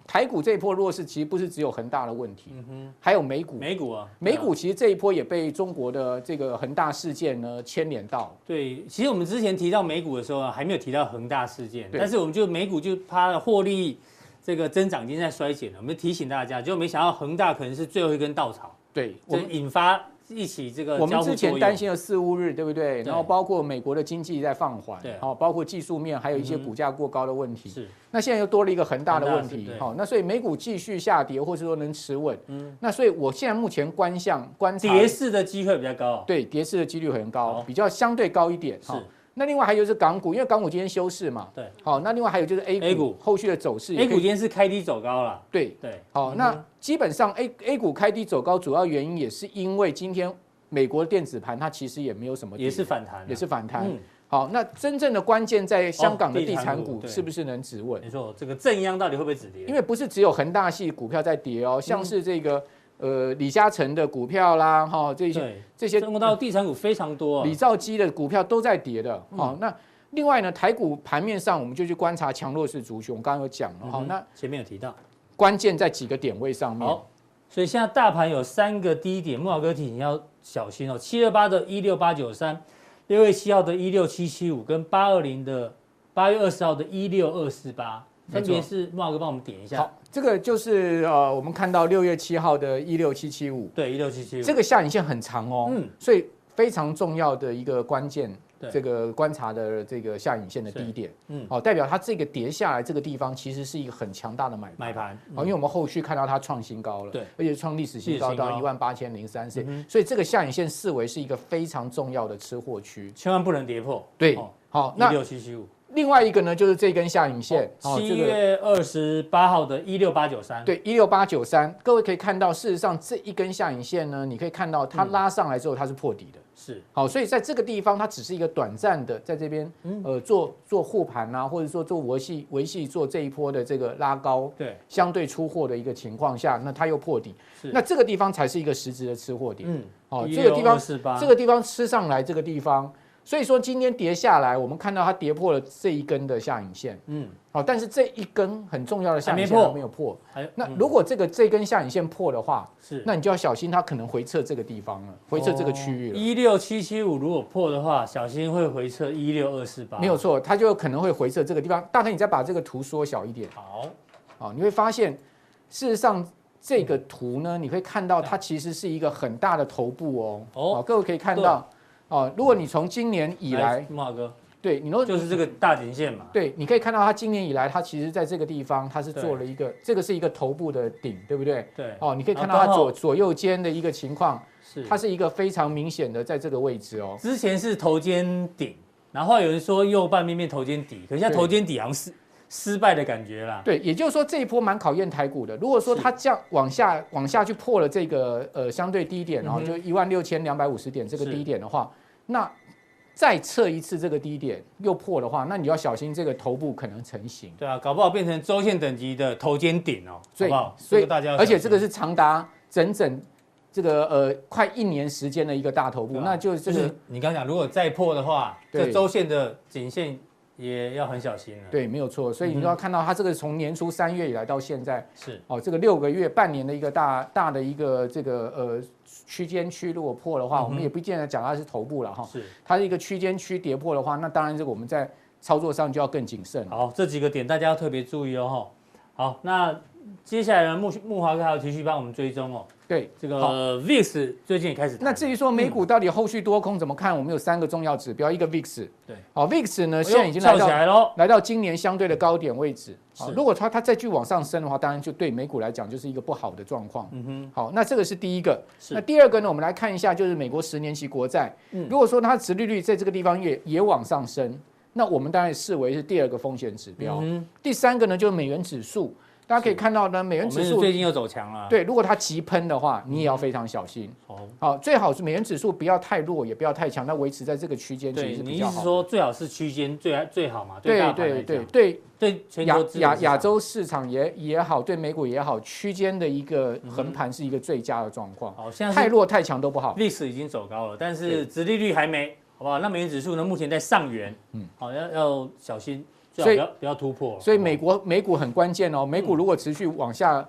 Speaker 2: 台股这一波弱势其实不是只有恒大的问题，
Speaker 1: 嗯哼，
Speaker 2: 还有美股。
Speaker 1: 美股啊，
Speaker 2: 美股其实这一波也被中国的这个恒大事件呢牵连到，
Speaker 1: 啊对，其实我们之前提到美股的时候啊，还没有提到恒大事件，
Speaker 2: 对
Speaker 1: 但是我们就美股就趴了获利这个增长已经在衰减了，我们就提醒大家，就没想到恒大可能是最后一根稻草，
Speaker 2: 对我
Speaker 1: 这
Speaker 2: 们
Speaker 1: 引发一起这个
Speaker 2: 我
Speaker 1: 呃交
Speaker 2: 们
Speaker 1: 互作
Speaker 2: 之前
Speaker 1: 用
Speaker 2: 担心了四五日，对不对？然后
Speaker 1: 对
Speaker 2: 包括美国的经济在放缓
Speaker 1: 对，
Speaker 2: 哦，包括技术面，还有一些
Speaker 1: 嗯哼
Speaker 2: 股价过高的问题。
Speaker 1: 是
Speaker 2: 那现在又多了一个恒大的问
Speaker 1: 恒
Speaker 2: 题
Speaker 1: 大是，对
Speaker 2: 好、那所以美股继续下跌，或是说能持稳，
Speaker 1: 嗯
Speaker 2: 嗯，那所以我现在目前观向观察，
Speaker 1: 跌势的机会比较高，
Speaker 2: 对跌势的几率很高
Speaker 1: 好，
Speaker 2: 比较相对高一点，
Speaker 1: 是
Speaker 2: 好那另外还有就是港股，因为港股今天休市嘛，
Speaker 1: 对，
Speaker 2: 好、那另外还有就是 A 股
Speaker 1: A 股
Speaker 2: 后续的走势也
Speaker 1: A
Speaker 2: 可
Speaker 1: 股嗯
Speaker 2: 以
Speaker 1: 今天是开低走高了，
Speaker 2: 对，
Speaker 1: 对，
Speaker 2: 好、那基本上 A A 股开低走高，主要原因也是因为今天美国的电子盘它其实也没有什么跌，
Speaker 1: 也是反弹啊，
Speaker 2: 也是反弹，
Speaker 1: 嗯，
Speaker 2: 好，那真正的关键在香港的
Speaker 1: 哦地
Speaker 2: 地
Speaker 1: 产
Speaker 2: 产
Speaker 1: 股
Speaker 2: 股
Speaker 1: 对
Speaker 2: 是不是能止稳？
Speaker 1: 没错，这个正央到底会不会止跌？
Speaker 2: 因为不是只有恒大系股票在跌
Speaker 1: 嗯
Speaker 2: 哦，像是这个呃李嘉诚的股票啦，哈这些
Speaker 1: 对，
Speaker 2: 这些
Speaker 1: 中国大陆地产股非常多啊
Speaker 2: 李，兆基的股票都在跌的。好，
Speaker 1: 嗯
Speaker 2: 那另外呢，台股盘面上我们就去观察强弱势族群，我刚刚有讲了，
Speaker 1: 嗯
Speaker 2: 好，
Speaker 1: 哼
Speaker 2: 那
Speaker 1: 前面有提到。
Speaker 2: 关键在几个点位上面。
Speaker 1: 好，所以现在大盘有三个低点，木老哥提醒要小心哦，七二八的一六八九三，六月七号的一六七七五，跟八二零的八月二十号的一六二四八，分别
Speaker 2: 没错
Speaker 1: 是木老哥帮我们点一下
Speaker 2: 好。，这个就是呃，我们看到六月七号的一六七七五，
Speaker 1: 对，一六七七五。
Speaker 2: 这个下影线很长哦，
Speaker 1: 嗯
Speaker 2: 所以非常重要的一个关键
Speaker 1: 对，
Speaker 2: 这个观察的这个下影线的低点，
Speaker 1: 嗯
Speaker 2: 嗯，好、代表它这个跌下来这个地方其实是一个很强大的买
Speaker 1: 买
Speaker 2: 盘。
Speaker 1: 盘，
Speaker 2: 好，因为我们后续看到它创新高
Speaker 1: 嗯
Speaker 2: 了，
Speaker 1: 对
Speaker 2: 而且创历史新
Speaker 1: 历史
Speaker 2: 高
Speaker 1: 新
Speaker 2: 到
Speaker 1: 高嗯
Speaker 2: 一万八千零三十，所以这个下影线视为是一个非常重要的吃货区。
Speaker 1: 千万不能跌破。
Speaker 2: 对，
Speaker 1: 哦
Speaker 2: 好，
Speaker 1: 一
Speaker 2: 那
Speaker 1: 六七七五，
Speaker 2: 另外一个呢，就是这根下影线，哦
Speaker 1: 七月二十八号的一六八九三，，
Speaker 2: 对，一六八九三，各位可以看到，事实上这一根下影线呢，你可以看到
Speaker 1: 嗯
Speaker 2: 它拉上来之后，它是破底的。
Speaker 1: 是
Speaker 2: 好，所以在这个地方，它只是一个短暂的，在这边
Speaker 1: 嗯
Speaker 2: 呃做做护盘啊，或者说做维系维系做这一波的这个拉高，
Speaker 1: 对，
Speaker 2: 相对出货的一个情况下，那它又破底
Speaker 1: 是，
Speaker 2: 那这个地方才是一个实质的吃货点。
Speaker 1: 嗯，
Speaker 2: 好，这个地方
Speaker 1: 四八，
Speaker 2: 这个地方吃上来，这个地方，所以说今天跌下来，我们看到它跌破了这一根的下影线，
Speaker 1: 嗯，
Speaker 2: 好，但是这一根很重要的下
Speaker 1: 还没
Speaker 2: 影线还
Speaker 1: 破
Speaker 2: 没有破。
Speaker 1: 还有
Speaker 2: 那
Speaker 1: 嗯
Speaker 2: 如果这个这根下影线破的话，
Speaker 1: 是
Speaker 2: 那你就要小心，它可能回撤这个地方了，回撤这个区域了。
Speaker 1: 哦一六七七五，如果破的话，小心会回撤一六二四八，
Speaker 2: 没有错，它就可能会回撤这个地方。大概你再把这个图缩小一点，
Speaker 1: 好，
Speaker 2: 啊，你会发现，事实上这个图呢，你会看到它其实是一个很大的头部哦。
Speaker 1: 哦
Speaker 2: 哦，各位可以看到，哦，如果你从今年以来
Speaker 1: 木华哥，
Speaker 2: 对，你说
Speaker 1: 就是这个大颈线嘛。
Speaker 2: 对，你可以看到它今年以来，它其实在这个地方，它是做了一个，这个是一个头部的顶，对不对？
Speaker 1: 对，
Speaker 2: 哦，你可以看
Speaker 1: 然
Speaker 2: 到
Speaker 1: 后
Speaker 2: 它
Speaker 1: 啊刚好
Speaker 2: 左左右肩的一个情况，
Speaker 1: 是
Speaker 2: 它是一个非常明显的在这个位置哦。
Speaker 1: 之前是头肩顶，然后有人说右半边变头肩底，可是现在
Speaker 2: 对
Speaker 1: 头肩底好像失失败的感觉啦。
Speaker 2: 对，也就是说这一波蛮考验台股的。如果说它这样往下往下去破了这个呃相对低点，然后
Speaker 1: 嗯哼
Speaker 2: 就一万六千两百五十点这个
Speaker 1: 是
Speaker 2: 低点的话，那再测一次这个低点又破的话，那你要小心这个头部可能成型。
Speaker 1: 对啊，搞不好变成周线等级的头肩顶哦，好
Speaker 2: 所以
Speaker 1: 不好？
Speaker 2: 所
Speaker 1: 这
Speaker 2: 以
Speaker 1: 个大家要
Speaker 2: 而且
Speaker 1: 小心
Speaker 2: 这个是长达整整这个呃快一年时间的一个大头部，
Speaker 1: 对啊
Speaker 2: 那就这
Speaker 1: 就
Speaker 2: 个
Speaker 1: 是你刚讲，如果再破的话，
Speaker 2: 对
Speaker 1: 这周线的颈线也要很小心了。，
Speaker 2: 对，没有错。所
Speaker 1: 嗯
Speaker 2: 以你就要看到它这个从年初三月以来到现在，
Speaker 1: 是
Speaker 2: 哦，这个六个月、半年的一个大大的一个这个呃区间区，如果破的话，
Speaker 1: 嗯
Speaker 2: 我们
Speaker 1: 哼
Speaker 2: 也不见得讲它是头部了哈。
Speaker 1: 是。
Speaker 2: 它是一个区间区跌破的话，那当然这个我们在操作上就要更谨慎了。
Speaker 1: 好，这几个点大家要特别注意哦。吼好，那接下来呢，木木华哥还有持续帮我们追踪哦。
Speaker 2: 对，
Speaker 1: 这个 VIX 最近也开始弹了，
Speaker 2: 那至于说美股到底后续多空怎么看，我们有三个重要指标，一个 VIX，
Speaker 1: 对，
Speaker 2: 好、VIX 呢
Speaker 1: 哎呦
Speaker 2: 现在已经来
Speaker 1: 翘起
Speaker 2: 到
Speaker 1: 来喽。
Speaker 2: 来到今年相对的高点位置。好
Speaker 1: 是
Speaker 2: 如果它它再去往上升的话，当然就对美股来讲就是一个不好的状况。
Speaker 1: 嗯哼，
Speaker 2: 好，那这个是第一个。
Speaker 1: 是
Speaker 2: 那第二个呢，我们来看一下，就是美国十年期国债
Speaker 1: 嗯，
Speaker 2: 如果说它殖利率在这个地方也也往上升，那我们当然视为是第二个风险指标。
Speaker 1: 嗯
Speaker 2: 第三个呢，就是美元指数，大家可以看到呢，美
Speaker 1: 哼，
Speaker 2: 元
Speaker 1: 我
Speaker 2: 指
Speaker 1: 们
Speaker 2: 数
Speaker 1: 最近又走强了。，
Speaker 2: 对，如果它急喷的话，你也要非常小心。
Speaker 1: 哦，
Speaker 2: 好，最好是美元指数不要太弱，也不要太强，那维持在这个区间其
Speaker 1: 对，
Speaker 2: 实是
Speaker 1: 你
Speaker 2: 比
Speaker 1: 意
Speaker 2: 较
Speaker 1: 思
Speaker 2: 好
Speaker 1: 是
Speaker 2: 的。
Speaker 1: 说最好是区间最最好嘛？
Speaker 2: 对
Speaker 1: 大盘来
Speaker 2: 对对
Speaker 1: 讲，
Speaker 2: 对，
Speaker 1: 对全
Speaker 2: 亚
Speaker 1: 球资
Speaker 2: 亚
Speaker 1: 本市
Speaker 2: 亚
Speaker 1: 场
Speaker 2: 洲市场也也好，对美股也好，区间的一个横盘是一个最佳的状况，
Speaker 1: 好，现在嗯
Speaker 2: 太
Speaker 1: 是
Speaker 2: 弱太强都不好。
Speaker 1: 历史已经走高了，但
Speaker 2: 对
Speaker 1: 是殖利率还没，好不好？那美元指数呢，目前在上缘，
Speaker 2: 嗯
Speaker 1: 嗯，好要要小心，最
Speaker 2: 所
Speaker 1: 好
Speaker 2: 以
Speaker 1: 不要不要突破。
Speaker 2: 所以
Speaker 1: 好不好
Speaker 2: 美国美股很关键哦，
Speaker 1: 嗯
Speaker 2: 美股如果持续往下、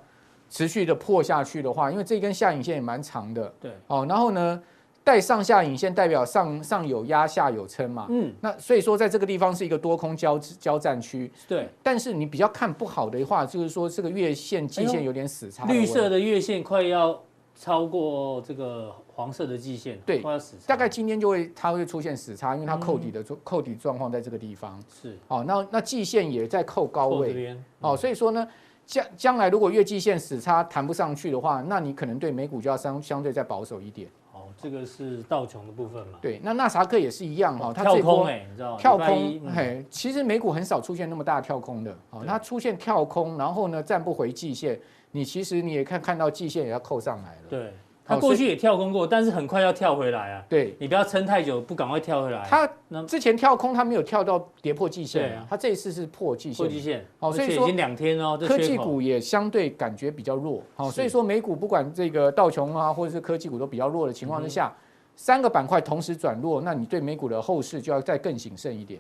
Speaker 2: 持续的破下去的话，因为这根下影线也蛮长的
Speaker 1: 对，
Speaker 2: 哦，然后呢，带上下影线代表上上有压下有撑嘛，
Speaker 1: 嗯，
Speaker 2: 那所以说在这个地方是一个多空交织交战区，
Speaker 1: 对，
Speaker 2: 但是你比较看不好的话，就是说这个月线、季
Speaker 1: 哎
Speaker 2: 线
Speaker 1: 呦
Speaker 2: 有点死叉，
Speaker 1: 绿色。的月线快要超过这个黄色的季线，
Speaker 2: 对
Speaker 1: 快要死
Speaker 2: 大
Speaker 1: 叉
Speaker 2: 概今天就会它会出现死叉，因为
Speaker 1: 嗯
Speaker 2: 它扣底的状扣底状况在这个地方。
Speaker 1: 是
Speaker 2: 哦，那那季线也在扣高
Speaker 1: 后这
Speaker 2: 位。
Speaker 1: 边
Speaker 2: 哦，，所以说呢，将将来如果月季线死叉弹不上去的话，那你可能对美股就要相相对再保守一点。
Speaker 1: 好，这个是道琼的部分嘛，
Speaker 2: 对，那纳萨克也是一样嗯哦哈，它
Speaker 1: 啊跳
Speaker 2: 这
Speaker 1: 空
Speaker 2: 波
Speaker 1: 哎，你知道吗
Speaker 2: 跳
Speaker 1: 礼拜一
Speaker 2: 空，
Speaker 1: 嗯
Speaker 2: 嘿，其实美股很少出现那么大跳空的。哦，
Speaker 1: 对
Speaker 2: 它出现跳空，然后呢站不回季线，你其实你也看看到季线也要扣上来了。
Speaker 1: 对，它
Speaker 2: 哦
Speaker 1: 过
Speaker 2: 所以
Speaker 1: 去也跳空过，但是很快要跳回来啊，
Speaker 2: 对，
Speaker 1: 你不要撑太久，不赶快跳回来，
Speaker 2: 它
Speaker 1: 哎那
Speaker 2: 之前跳空它没有跳到跌破季线
Speaker 1: 对
Speaker 2: 啊
Speaker 1: 啊，
Speaker 2: 它这一次是破季
Speaker 1: 破
Speaker 2: 线。
Speaker 1: 季线，
Speaker 2: 哦
Speaker 1: 而
Speaker 2: 所以
Speaker 1: 且已
Speaker 2: 说
Speaker 1: 经两天哦，这
Speaker 2: 科
Speaker 1: 缺
Speaker 2: 技
Speaker 1: 口哦
Speaker 2: 股也相对感觉比较弱，好，
Speaker 1: 是
Speaker 2: 所以说美股不管这个道琼啊，或者是科技股都比较弱的情况之下，
Speaker 1: 嗯
Speaker 2: 三个板块同时转弱，那你对美股的后市就要再更谨慎一点。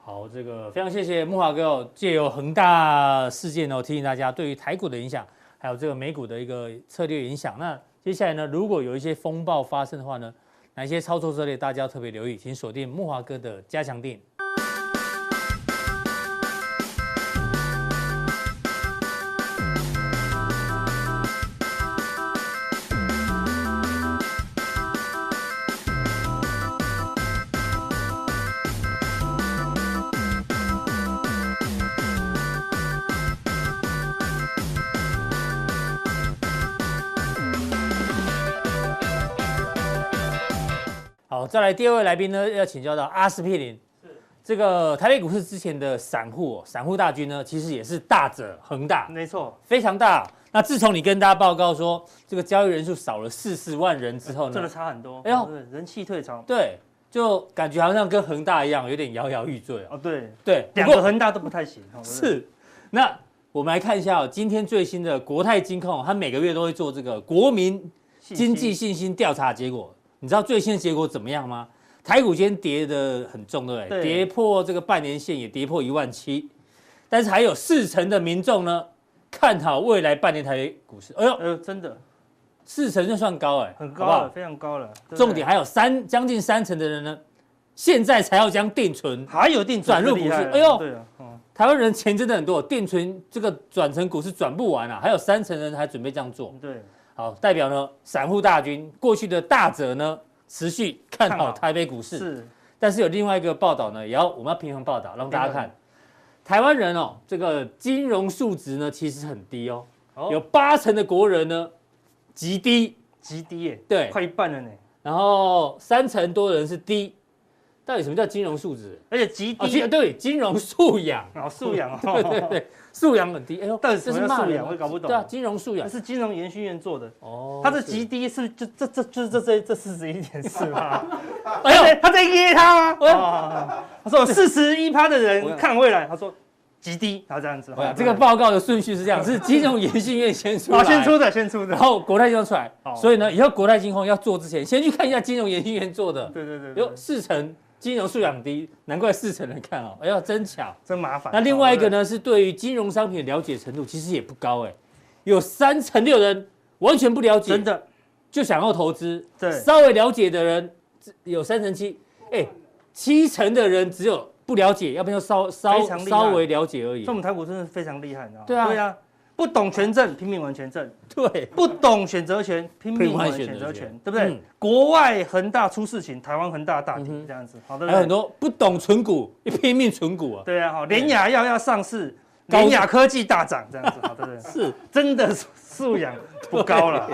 Speaker 1: 好，这个非常谢谢木华哥哦，借由恒大事件哦，提醒大家对于台股的影响，还有这个美股的一个策略影响。那接下来呢，如果有一些风暴发生的话呢，哪一些操作策略大家要特别留意，请锁定木华哥的加强定。好，再来第二位来宾呢，要请教到阿司匹林。这个台北股市之前的散户、哦，散户大军呢，其实也是大者恒大，
Speaker 3: 没错，
Speaker 1: 非常大。那自从你跟大家报告说这个交易人数少了四十万人之后
Speaker 3: 真
Speaker 1: 呢
Speaker 3: 的，差很多。
Speaker 1: 哎
Speaker 3: 哎
Speaker 1: 呦
Speaker 3: 呦，人气退潮。
Speaker 1: 对，就感觉好像跟恒大一样，有点摇摇欲坠哦。
Speaker 3: 哦，对，
Speaker 1: 对，
Speaker 3: 两
Speaker 1: 不
Speaker 3: 个
Speaker 1: 过
Speaker 3: 恒大都不太行。哦
Speaker 1: 是。那我们来看一下、哦、今天最新的国泰金控，它每个月都会做这个国民经济，信心调查结果。你知道最新的结果怎么样吗？台股今天跌的很重，对不对？
Speaker 3: 对
Speaker 1: 跌破这个半年线，也跌破一万七，但是还有四成的民众呢看好未来半年台北股市。哎呦，
Speaker 3: 呃，真的
Speaker 1: 四成就算高哎，
Speaker 3: 很
Speaker 1: 好
Speaker 3: 高啊
Speaker 1: 不好
Speaker 3: 了，非常高了。对不对
Speaker 1: 重点还有三将近三成的人呢，现在才要将定存
Speaker 3: 还有定
Speaker 1: 转
Speaker 3: 存
Speaker 1: 入
Speaker 3: 这厉害了
Speaker 1: 股市哎呦
Speaker 3: 对啊，哦
Speaker 1: 台湾人钱真的很多，定存这个转成股市转不完啊，还有三成人还准备这样做。
Speaker 3: 对，
Speaker 1: 好，代表呢，散户大军过去的大者呢，持续看
Speaker 3: 看好
Speaker 1: 好台北股市，
Speaker 3: 是
Speaker 1: 但是有另外一个报道呢，也要我们要平衡报道，让大家看，台湾人哦，这个金融素质呢其实很低哦，
Speaker 3: 哦
Speaker 1: 有八成的国人呢极低，
Speaker 3: 极低耶，
Speaker 1: 对
Speaker 3: 快一半了呢。
Speaker 1: 然后三成多人是低。到底什么叫金融素质？
Speaker 3: 而且极
Speaker 1: 哦，金
Speaker 3: 低
Speaker 1: 对金融素养，
Speaker 3: 哦，素养哦，
Speaker 1: 对对对，素养很低。哎呦，
Speaker 3: 到底
Speaker 1: 这
Speaker 3: 什么
Speaker 1: 是
Speaker 3: 叫
Speaker 1: 骂
Speaker 3: 素
Speaker 1: 人
Speaker 3: 养？
Speaker 1: 吗
Speaker 3: 我也搞不懂。
Speaker 1: 对啊，金融素
Speaker 3: 那
Speaker 1: 养
Speaker 3: 是金融研训院做的，
Speaker 1: 哦
Speaker 3: 它的极低是就这这就是这这这四十一点四趴，
Speaker 1: 哎呦，
Speaker 3: 他在噎他吗？
Speaker 1: 哎呦
Speaker 3: 哦他说四十一趴的
Speaker 1: 我想
Speaker 3: 人看未来，他说极低，然后这样子
Speaker 1: 我，想这个报告的顺序是这样， 是金融研训院先出
Speaker 3: 哎哦
Speaker 1: 来，
Speaker 3: 先出的先出的
Speaker 1: 然，后国泰金融出来。
Speaker 3: 哦
Speaker 1: 所以呢，以后国泰金控要做之前，先去看一下金融研训院做的，
Speaker 3: 对对对，对
Speaker 1: 有四成金融素养低，难怪四成人看哦。哎呦，真巧。
Speaker 3: 真麻烦。
Speaker 1: 那另外一个呢，是对于金融商品的了解程度其实也不高哎，有三成六人完全不了
Speaker 3: 哦？
Speaker 1: 解，
Speaker 3: 真的
Speaker 1: 就想要投资。
Speaker 3: 对
Speaker 1: 稍微了解的人有三成七，哎，七成的人只有不了解，要不然就稍
Speaker 3: 非
Speaker 1: 稍
Speaker 3: 常厉害
Speaker 1: 稍微了解而已
Speaker 3: 所以我。们台股真的非常厉害，你知道吗？
Speaker 1: 对啊
Speaker 3: 对啊，不懂权证拼命玩权证，
Speaker 1: 对，
Speaker 3: 不懂选择权
Speaker 1: 拼
Speaker 3: 拼命
Speaker 1: 命
Speaker 3: 玩
Speaker 1: 玩选
Speaker 3: 选
Speaker 1: 择
Speaker 3: 择
Speaker 1: 权
Speaker 3: 权，对不对？
Speaker 1: 嗯
Speaker 3: 国外恒大出事情，台湾恒大大跌
Speaker 1: 嗯哼
Speaker 3: 这样子，好，对不
Speaker 1: 还有很
Speaker 3: 对？
Speaker 1: 多不懂存股，一拼命存股啊。
Speaker 3: 对啊，好，联雅药要上市，
Speaker 1: 高
Speaker 3: 联雅科技大涨这样子，好，对不对？
Speaker 1: 是
Speaker 3: 真的素素养不 高了，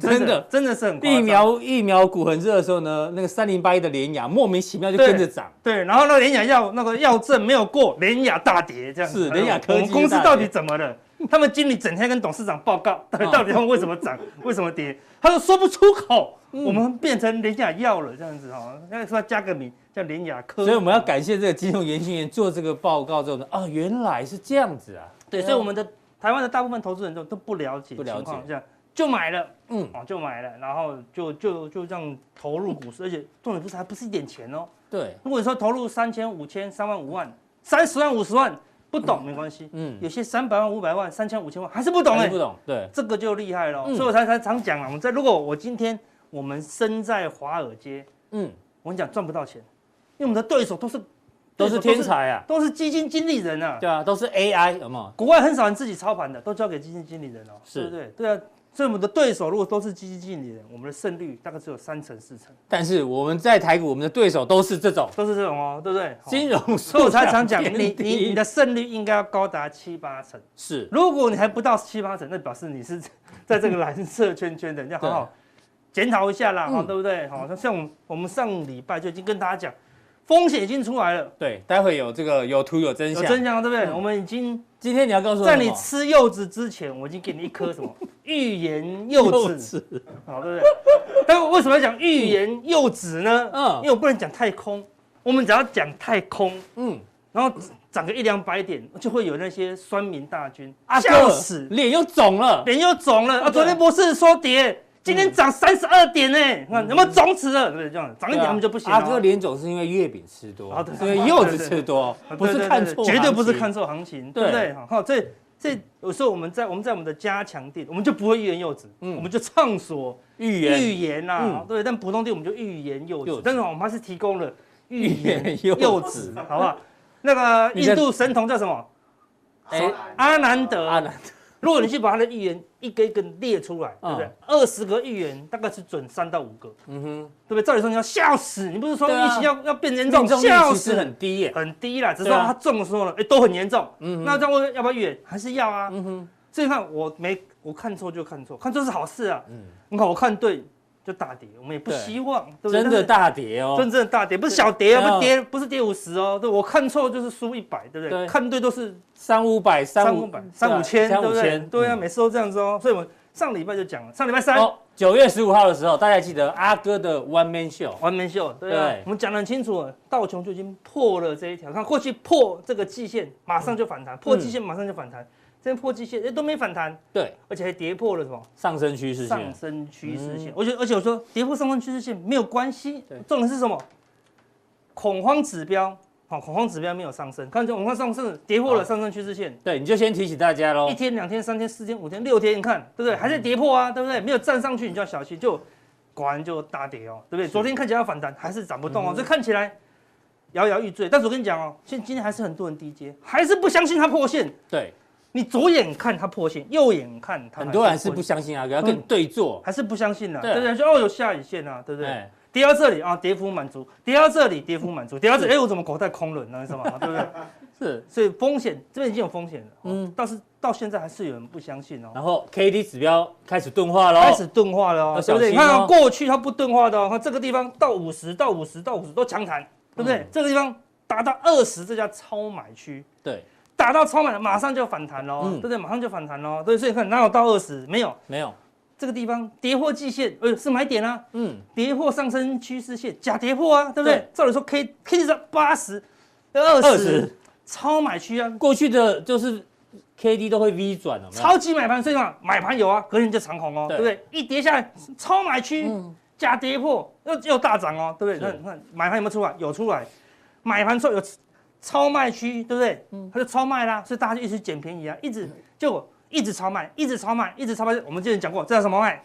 Speaker 1: 真的
Speaker 3: 真的是很夸张
Speaker 1: 疫苗疫苗股很热的时候呢，那个三零八一的联雅莫名其妙就跟着涨，
Speaker 3: 对，然后那个联雅药那个药证没有过，联雅大跌这样子。哎
Speaker 1: 是联雅科技
Speaker 3: 我们公司
Speaker 1: 大跌
Speaker 3: 到底怎么了？他们经理整天跟董事长报告，到底
Speaker 1: 嗯
Speaker 3: 到底他们为什么涨，为什么跌？他说说不出口，
Speaker 1: 嗯
Speaker 3: 我们变成联雅药了这样子哈，那说加个名叫联雅科。
Speaker 1: 所以我们要感谢这个金融研究员做这个报告之后呢，啊，原来是这样子啊，
Speaker 3: 对，所以我们的台湾的大部分投资人都都不了解
Speaker 1: 不了解
Speaker 3: 情况下就买了，
Speaker 1: 嗯
Speaker 3: 嗯，哦就买了，然后就就就这样投入股市，而且重点不是还不是一点钱哦，
Speaker 1: 对，
Speaker 3: 如果说投入三千、五千、三万、五万、三十万、五十万，不懂没关系。
Speaker 1: 嗯
Speaker 3: 嗯，有些三百万、五百万、三千、五千万还是不懂
Speaker 1: 还
Speaker 3: 哎、
Speaker 1: 是不懂，对，
Speaker 3: 这个就厉害了哦。
Speaker 1: 嗯
Speaker 3: 所以我才才常讲啊，我们在如果我今天我们身在华尔街，
Speaker 1: 嗯，
Speaker 3: 我跟你讲赚不到钱，因为我们的对手都是
Speaker 1: 都是天，才啊，
Speaker 3: 都是基金经理人啊。
Speaker 1: 对啊，都是 AI 有没有？
Speaker 3: 国外很少人自己操盘的，都交给基金经理人哦，
Speaker 1: 是
Speaker 3: 对不对？对啊，所以我们的对手如果都是基金经理人，我们的胜率大概只有三成四成，
Speaker 1: 但是我们在台股，我们的对手都是这种
Speaker 3: 都是这种哦，对不对？
Speaker 1: 金融素
Speaker 3: 所以
Speaker 1: 养
Speaker 3: 我才常讲，你
Speaker 1: 偏低
Speaker 3: 你你的胜率应该要高达七八成。
Speaker 1: 是
Speaker 3: 如果你还不到七八成，那表示你是在这个蓝色圈圈的，你要好好检讨一下啦，好、
Speaker 1: 嗯
Speaker 3: 对不对？好、像像我们我们上礼拜就已经跟大家讲，风险已经出来了，
Speaker 1: 对，待会有这个有图有真
Speaker 3: 有
Speaker 1: 相。
Speaker 3: 真相，对不对？
Speaker 1: 嗯
Speaker 3: 我们已经
Speaker 1: 今天你要告诉我
Speaker 3: 在
Speaker 1: 什
Speaker 3: 你
Speaker 1: 么
Speaker 3: 吃柚子之前，我已经给你一颗什么预言柚
Speaker 1: 幼
Speaker 3: 子，
Speaker 1: 稚
Speaker 3: 好，对不 对？但为什么要讲预言柚子呢？
Speaker 1: 嗯
Speaker 3: 嗯，因为我不能讲太空，我们只要讲太空，
Speaker 1: 嗯，
Speaker 3: 然后涨个一两百点，就会有那些酸民大军啊
Speaker 1: 阿
Speaker 3: 笑
Speaker 1: 哥
Speaker 3: 死，
Speaker 1: 脸又肿了，
Speaker 3: 脸又肿了啊！昨天不是说跌，今
Speaker 1: 嗯
Speaker 3: 天涨三十二点呢，你看有没有肿死了？对不对？这样涨一点他们就不行了。
Speaker 1: 啊阿哥脸肿是因为月饼吃多
Speaker 3: 啊，对
Speaker 1: 是因为柚子吃多，
Speaker 3: 啊对
Speaker 1: 不是
Speaker 3: 对
Speaker 1: 看
Speaker 3: 对
Speaker 1: 错，
Speaker 3: 绝对不是看。错行情，对不
Speaker 1: 对
Speaker 3: 对？好，这这有时候我们在我们在我们的加强店，我们就不会欲言又止，
Speaker 1: 嗯
Speaker 3: 我们就畅所
Speaker 1: 预
Speaker 3: 欲
Speaker 1: 言
Speaker 3: 言
Speaker 1: 嗯
Speaker 3: 呐，对。但普通店我们就欲言又
Speaker 1: 又止
Speaker 3: 止，但是我们还是提供了
Speaker 1: 预
Speaker 3: 欲
Speaker 1: 言
Speaker 3: 言
Speaker 1: 又
Speaker 3: 又
Speaker 1: 止
Speaker 3: 止，好不好？那个
Speaker 1: 你在
Speaker 3: 印度神童叫什么？
Speaker 1: 哎，
Speaker 3: 阿啊南德，
Speaker 1: 阿南
Speaker 3: 如果你去把他的预言一个一个列出来，对不对
Speaker 1: 嗯？
Speaker 3: 二十个预言大概是准三到五个，
Speaker 1: 嗯哼，
Speaker 3: 对不对？照理说你要笑死，你不是说
Speaker 1: 对啊
Speaker 3: 疫情要要变严
Speaker 1: 命
Speaker 3: 重，
Speaker 1: 中率
Speaker 3: 笑
Speaker 1: 其实
Speaker 3: 死
Speaker 1: 很低耶，
Speaker 3: 很低啦，只是
Speaker 1: 对
Speaker 3: 说
Speaker 1: 啊
Speaker 3: 它中的时候呢，哎，都很严重。
Speaker 1: 嗯哼
Speaker 3: 那这样问要不要预言？还是要啊。
Speaker 1: 嗯哼，
Speaker 3: 所以你看我没我看错就看错，看错是好事啊。
Speaker 1: 嗯
Speaker 3: 你看我看对就大跌，我们也不
Speaker 1: 对
Speaker 3: 希望，对不对？
Speaker 1: 真的
Speaker 3: 但
Speaker 1: 大跌
Speaker 3: 是
Speaker 1: 哦，
Speaker 3: 真正的大跌，不是小跌
Speaker 1: 对
Speaker 3: 啊，
Speaker 1: 啊
Speaker 3: 不跌不是跌五十哦，对，我看错就是输一百，对不
Speaker 1: 对
Speaker 3: 对？看对都是
Speaker 1: 三五百，
Speaker 3: 三
Speaker 1: 五
Speaker 3: 五百、三五千，
Speaker 1: 三
Speaker 3: 对
Speaker 1: 五
Speaker 3: 不对？
Speaker 1: 千，
Speaker 3: 对啊，
Speaker 1: 嗯
Speaker 3: 每次都这样子哦。所以我们上礼拜就讲了，上礼拜三
Speaker 1: 哦，九月十五号的时候，大家记得阿哥的 One Man Show，
Speaker 3: 完美秀，对啊
Speaker 1: 对，
Speaker 3: 我们讲得很清楚了，道琼就已经破了这一条，看过去破这个季线，马上就反
Speaker 1: 嗯
Speaker 3: 弹，破季线马上就反弹，这边破季线哎都没反弹，
Speaker 1: 对，
Speaker 3: 而且还跌破了什么
Speaker 1: 上升趋势
Speaker 3: 上
Speaker 1: 线，
Speaker 3: 升趋势线
Speaker 1: 嗯，
Speaker 3: 而且而且我说跌破上升趋势线没有关系
Speaker 1: 对，
Speaker 3: 重点是什么？恐慌指标，好，恐慌指标没有上升，看这我们看上升跌破
Speaker 1: 好
Speaker 3: 了上升趋势线，
Speaker 1: 对，你就先提醒大家喽
Speaker 3: 一，天、两天、三天、四天、五天、六天，你看，对不
Speaker 1: 嗯
Speaker 3: 对？还在跌破啊，对不对？没有站上去，你就要小心，就果然就大跌哦，对不对？昨天看起来要反弹，还是涨不动哦，
Speaker 1: 嗯
Speaker 3: 这看起来摇摇欲坠。但是我跟你讲哦，现今天还是很多人低接，还是不相信它破线。
Speaker 1: 对，
Speaker 3: 你左眼看它破线，右眼看它，嗯
Speaker 1: 很多人是不，相信阿哥，要跟你对坐，
Speaker 3: 还是不相信啊，
Speaker 1: 对啊
Speaker 3: 对不对？说哦有下影线啊，对不对？
Speaker 1: 哎，
Speaker 3: 跌到这里啊，跌幅满足；跌到这里，跌幅满足；跌到这里，哎，我怎么口袋空了呢？你知道吗？对不 对？
Speaker 1: 是，
Speaker 3: 所以风险这边已经有风险了，
Speaker 1: 嗯
Speaker 3: 嗯，但是到现在还是有人不相信哦，
Speaker 1: 然后 K D 指标开始钝化喽，
Speaker 3: 开始钝化了
Speaker 1: 要
Speaker 3: 哦，
Speaker 1: 小
Speaker 3: 对不对？你
Speaker 1: 心哦
Speaker 3: 看啊过去它不钝化的哦，看这个地方到五十到五十到五十都强弹，对不对？这个地方达到二十，这叫超买区。
Speaker 1: 对，
Speaker 3: 打到超买，马上就反弹喽，
Speaker 1: 嗯
Speaker 3: 对不对？马上就反弹喽，对，所以你看哪有到二十？没有，
Speaker 1: 没有，
Speaker 3: 这个地方跌破季线，呃，是买点啊，
Speaker 1: 嗯，
Speaker 3: 跌破上升趋势线，假跌破啊，对不对？
Speaker 1: 对
Speaker 3: 照理说 K K 值八十，二
Speaker 1: 20
Speaker 3: 十，超买区啊，
Speaker 1: 过去的就是 K D 都会 V 转了，有没有
Speaker 3: 超级买盘，所以嘛，买盘有啊，隔天就长红哦，
Speaker 1: 对
Speaker 3: 对不对？一跌下来，超买区，假跌破又又大涨哦，对不对？
Speaker 1: 是
Speaker 3: 那那买盘有没有出来？有出来，买盘出来有超卖区，对不对？它就超卖啦，所以大家就一直捡便宜啊，一直结果一直超卖，一直超卖，一直超卖。我们之前讲过，这叫什么卖？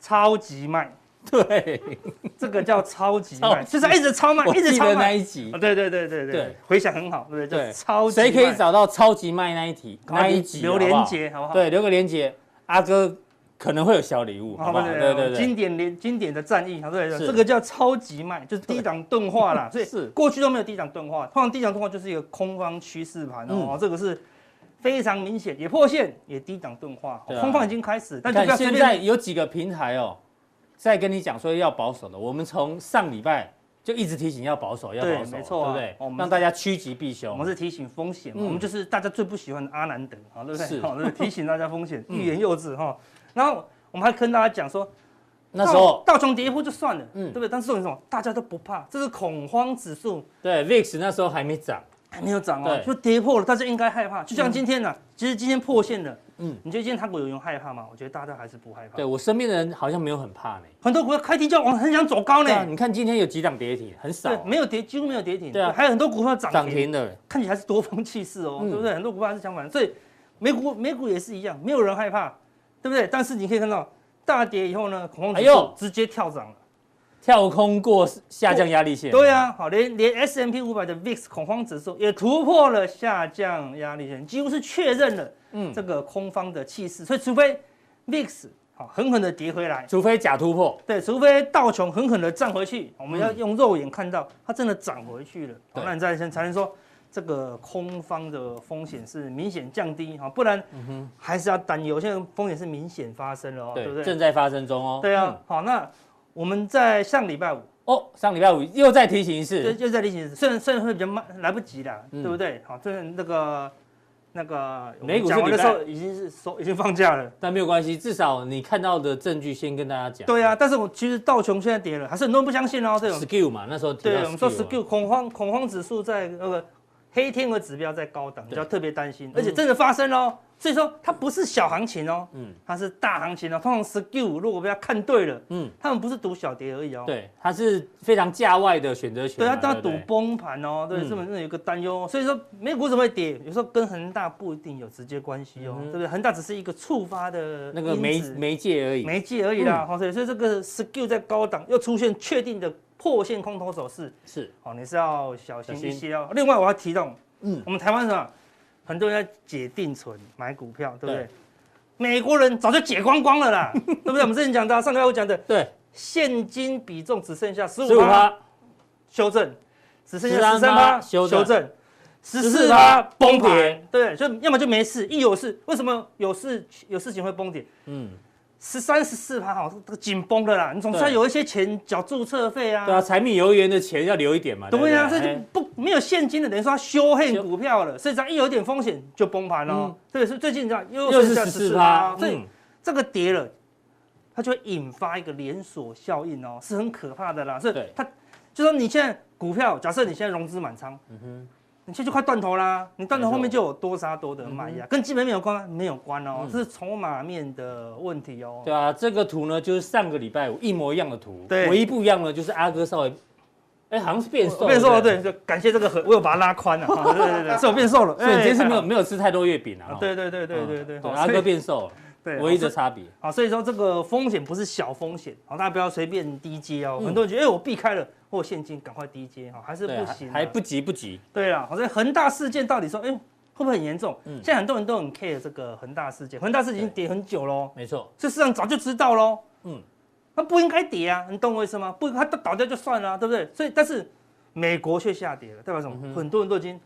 Speaker 3: 超级卖，
Speaker 1: 对，
Speaker 3: 这个叫超级卖，
Speaker 1: 超级
Speaker 3: 就是一直超卖，
Speaker 1: 我
Speaker 3: 一直
Speaker 1: 记
Speaker 3: 超
Speaker 1: 得那
Speaker 3: 卖。
Speaker 1: 一集
Speaker 3: 啊，，对对对对
Speaker 1: 对
Speaker 3: 对，回想很好，对不对？
Speaker 1: 对
Speaker 3: 叫超级卖
Speaker 1: 谁可以找到超级卖那一题
Speaker 3: 赶快
Speaker 1: 那一集？
Speaker 3: 留
Speaker 1: 好不好
Speaker 3: 连结好不好？
Speaker 1: 对，留个连结，阿哥可能会有小礼物，好
Speaker 3: 好
Speaker 1: 不
Speaker 3: 吧，
Speaker 1: 好？对对
Speaker 3: 经
Speaker 1: 对，
Speaker 3: 典连经典的战役，好对对，
Speaker 1: 是
Speaker 3: 这个叫超级卖，就是低档钝化啦。所以
Speaker 1: 是
Speaker 3: 过去都没有低档钝化，通常低档钝化就是一个空方趋势盘
Speaker 1: 嗯
Speaker 3: 哦，这个是非常明显，也破线，也低档钝化，
Speaker 1: 对啊
Speaker 3: 空方已经开始，但是不要
Speaker 1: 看
Speaker 3: 随
Speaker 1: 现在
Speaker 3: 便。
Speaker 1: 有几个平台哦，在跟你讲说要保守的，我们从上礼拜就一直提醒要保守，要
Speaker 3: 对
Speaker 1: 保守，
Speaker 3: 没错
Speaker 1: 对
Speaker 3: 啊
Speaker 1: 不对
Speaker 3: 我？们
Speaker 1: 让大家趋吉避凶。
Speaker 3: 我们是提醒风险嘛，
Speaker 1: 嗯
Speaker 3: 我们就是大家最不喜欢的阿南德，好对不
Speaker 1: 是
Speaker 3: 对？好，就是提醒大家风险，
Speaker 1: 嗯
Speaker 3: 欲言又止哈。然后我们还跟大家讲说，
Speaker 1: 那时候
Speaker 3: 道琼跌破就算了，
Speaker 1: 嗯
Speaker 3: 嗯，对不对？但是重点是什么？大家都不怕，这是恐慌指数，
Speaker 1: 对 VIX 那时候还没涨，
Speaker 3: 还没有涨哦
Speaker 1: 对，
Speaker 3: 就跌破了，大家应该害怕。就像今天呢、啊其实今天破线了，
Speaker 1: 嗯
Speaker 3: 嗯，你觉得今天台股有人害怕吗？我觉得大家还是不害怕。
Speaker 1: 对，我身边的人好像没有很怕呢。
Speaker 3: 很多股票开低就往很想走高
Speaker 1: 对啊，
Speaker 3: 呢，
Speaker 1: 你看今天有几档跌停，很少
Speaker 3: 对，
Speaker 1: 哦
Speaker 3: 没有跌，几乎没有跌停，
Speaker 1: 对啊
Speaker 3: 还有很多股票涨
Speaker 1: 涨
Speaker 3: 停，
Speaker 1: 停的，
Speaker 3: 看起来是多方气势哦，
Speaker 1: 嗯
Speaker 3: 对不对？很多股票还是相反，所以美股美股也是一样，没有人害怕，对不对？但是你可以看到大跌以后呢，恐慌指
Speaker 1: 哎
Speaker 3: 数
Speaker 1: 呦
Speaker 3: 直接跳涨了。
Speaker 1: 跳空过下降压力线。
Speaker 3: 对，啊，好，连连 S M P 五百的 VIX 恐慌指数也突破了下降压力线，几乎是确认了
Speaker 1: 嗯
Speaker 3: 这个空方的气势。所以，除非 VIX 好狠狠的跌回来，
Speaker 1: 除非假突破，
Speaker 3: 对，除非道琼狠狠的站回去，我们要用肉眼看到它真的涨回去了，
Speaker 1: 嗯
Speaker 3: 好
Speaker 1: 对
Speaker 3: 那你再才能说这个空方的风险是明显降低哈，不然
Speaker 1: 嗯
Speaker 3: 还是要担忧。现在风险是明显发生了哦，对不
Speaker 1: 正
Speaker 3: 对？
Speaker 1: 在发生中哦。
Speaker 3: 对啊，好，那我们在上礼拜五。
Speaker 1: 嗯，哦，上礼拜五又再提醒一
Speaker 3: 就
Speaker 1: 次，
Speaker 3: 就在例行，虽然虽然会比较慢，来不及啦，
Speaker 1: 嗯
Speaker 3: 对不对？好，虽然那个那个我们
Speaker 1: 美股是
Speaker 3: 讲完的
Speaker 1: 礼
Speaker 3: 时
Speaker 1: 拜
Speaker 3: 候已经是收，已经放假了。
Speaker 1: 但没有关系，至少你看到的证据先跟大家讲。
Speaker 3: 对啊，但是我其实道琼现在跌了，还是很多人不相信哦。这种
Speaker 1: ，skill 嘛，那时候提到
Speaker 3: 对，我们说
Speaker 1: skill 嘛
Speaker 3: skill 恐慌恐慌指数在那个黑天鹅指标在高档，
Speaker 1: 对
Speaker 3: 比较特别担
Speaker 1: 嗯
Speaker 3: 心，而且真的发生喽。所以说它不是小行情哦，
Speaker 1: 嗯
Speaker 3: 嗯，它是大行情哦。通常 skill 如果被它看对了，
Speaker 1: 嗯
Speaker 3: 嗯，他们不是赌小跌而已哦，
Speaker 1: 对，它是非常价外的选择权
Speaker 3: 对，
Speaker 1: 嘛。
Speaker 3: 它它
Speaker 1: 不
Speaker 3: 赌崩盘哦，对，
Speaker 1: 啊嗯
Speaker 3: 这本真的有一个担忧哦，所以说美股怎么会跌，有时候跟恒大不一定有直接关系哦，
Speaker 1: 嗯哼
Speaker 3: 对不对？恒大只是一个触发的
Speaker 1: 那个
Speaker 3: 因
Speaker 1: 媒
Speaker 3: 子
Speaker 1: 媒嗯介而已。
Speaker 3: 媒介而已啦，哦好、所以所以这个 skill 在高档又出现确定的破线空头走势，
Speaker 1: 是，
Speaker 3: 哦，你是要小心
Speaker 1: 小心
Speaker 3: 一些哦。另外我要提到，
Speaker 1: 嗯
Speaker 3: 嗯，我们台湾人啊，很多人在解定存买股票，对不对？
Speaker 1: 对
Speaker 3: 美国人早就解光光了啦，对不对？我们之前讲的啊、上个月我讲的，
Speaker 1: 对，
Speaker 3: 现金比重 只剩下十
Speaker 1: 十五
Speaker 3: 五趴。
Speaker 1: 趴
Speaker 3: 修正，只剩下
Speaker 1: 13
Speaker 3: 十三
Speaker 1: 趴
Speaker 3: 趴
Speaker 1: 修
Speaker 3: 修
Speaker 1: 正
Speaker 3: 正，十
Speaker 1: 14
Speaker 3: 四
Speaker 1: 趴
Speaker 3: 趴崩
Speaker 1: 崩
Speaker 3: 盘
Speaker 1: 盘，
Speaker 3: 对，就要么就没事，一有事，为什么有事有事情会崩跌？
Speaker 1: 嗯，
Speaker 3: 十三、十四趴好，这个紧绷的啦，你总是
Speaker 1: 对
Speaker 3: 要有一些钱缴注册费啊
Speaker 1: 对。啊，柴米油盐的钱要留一点嘛。
Speaker 3: 对啊，
Speaker 1: 不
Speaker 3: 所以就
Speaker 1: 哎
Speaker 3: 不没有现金的，等于说他修
Speaker 1: 修
Speaker 3: 恨股票了，所以只要一有点风险就崩盘
Speaker 1: 嗯
Speaker 3: 了。对，所以最近你知道又
Speaker 1: 又
Speaker 3: 剩
Speaker 1: 是
Speaker 3: 下
Speaker 1: 十
Speaker 3: 十
Speaker 1: 四
Speaker 3: 四
Speaker 1: 趴
Speaker 3: 趴，，所以
Speaker 1: 嗯，
Speaker 3: 这个跌了，它就会引发一个连锁效应哦，是很可怕的啦。所以
Speaker 1: 对
Speaker 3: 它就说你现在股票，假设你现在融资满仓，你现在就快断头啦，你断头
Speaker 1: 没错
Speaker 3: 后面就有多杀多的卖压，跟基本面有关吗？没有关哦，
Speaker 1: 嗯
Speaker 3: 这是筹码面的问题哦。
Speaker 1: 对啊，这个图呢就是上个礼拜五一模一样的图，
Speaker 3: 对
Speaker 1: 唯一不一样的就是阿哥稍微，哎，好像是变瘦，
Speaker 3: 我变瘦了，
Speaker 1: 不
Speaker 3: 对，就感谢这个河，我有把它拉宽了，哈 对对对，所以我变瘦了，
Speaker 1: 所以你今天是没有
Speaker 3: 哎。
Speaker 1: 没有吃太多月饼啊
Speaker 3: 啊，
Speaker 1: 哈
Speaker 3: 对对对对
Speaker 1: 嗯
Speaker 3: 对对，好
Speaker 1: 阿
Speaker 3: 所以
Speaker 1: 哥变瘦了，
Speaker 3: 对
Speaker 1: 唯一的
Speaker 3: 好
Speaker 1: 差别，
Speaker 3: 好，啊所以说这个风险不是小风险，好，大家不要随便低接哦。很多人觉得，哎、我避开了，或有现金赶快低接，哈，还是不
Speaker 1: 嗯对啊，
Speaker 3: 行、啊
Speaker 1: 还不急不急，
Speaker 3: 对啦。好，所以恒大事件到底说，哎、会不会很严重？
Speaker 1: 嗯
Speaker 3: 现在很多人都很 care 这个恒大事件，恒大事件已经跌很久喽，
Speaker 1: 没错，
Speaker 3: 这市场早就知道喽。
Speaker 1: 嗯
Speaker 3: 嗯，它不应该跌啊，你懂我意思吗？不，它倒掉就算了啊、对不对？所以，但是美国却下跌了，代表什么？
Speaker 1: 嗯
Speaker 3: 很多人都已经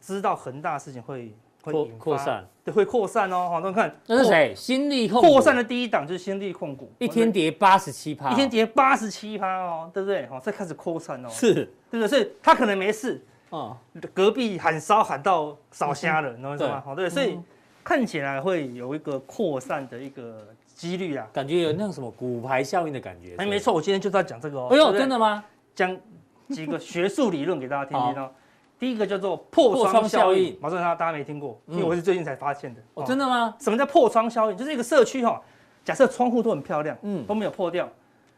Speaker 3: 知道恒大的事情会会
Speaker 1: 扩
Speaker 3: 引发
Speaker 1: 扩，散，
Speaker 3: 对，会扩散哦。好，那看
Speaker 1: 那是谁？新力控
Speaker 3: 扩
Speaker 1: 股
Speaker 3: 扩散的第一档就是新力控股，哦
Speaker 1: 一天跌八十七趴，哦
Speaker 3: 一天跌八十七趴哦，对不对？好，再开始扩散哦，
Speaker 1: 是
Speaker 3: 对不对？所以他可能没事，
Speaker 1: 哦，
Speaker 3: 隔壁喊烧喊到烧瞎了，你懂我意思
Speaker 1: 嗯对嗯
Speaker 3: 吗？哦好，对，所以看起来会有一个扩散的一个几率啊。
Speaker 1: 感觉有那种什么骨牌效应的感觉。
Speaker 3: 哎，没错，我今天就是要讲这个
Speaker 1: 是
Speaker 3: 哦。
Speaker 1: 不是，哎呦，
Speaker 3: 对不对
Speaker 1: 真的吗？
Speaker 3: 讲几个学术理论 给大家听听哦。第一个叫做破
Speaker 1: 破窗
Speaker 3: 窗
Speaker 1: 效
Speaker 3: 效
Speaker 1: 应嗯
Speaker 3: 应，马上大家大家没听过，因为我是最近才发现的。
Speaker 1: 哦，
Speaker 3: 哦
Speaker 1: 真的吗？
Speaker 3: 什么叫破窗效应？就是一个社区哈，假设窗户都很漂亮，
Speaker 1: 嗯
Speaker 3: 嗯，都没有破掉，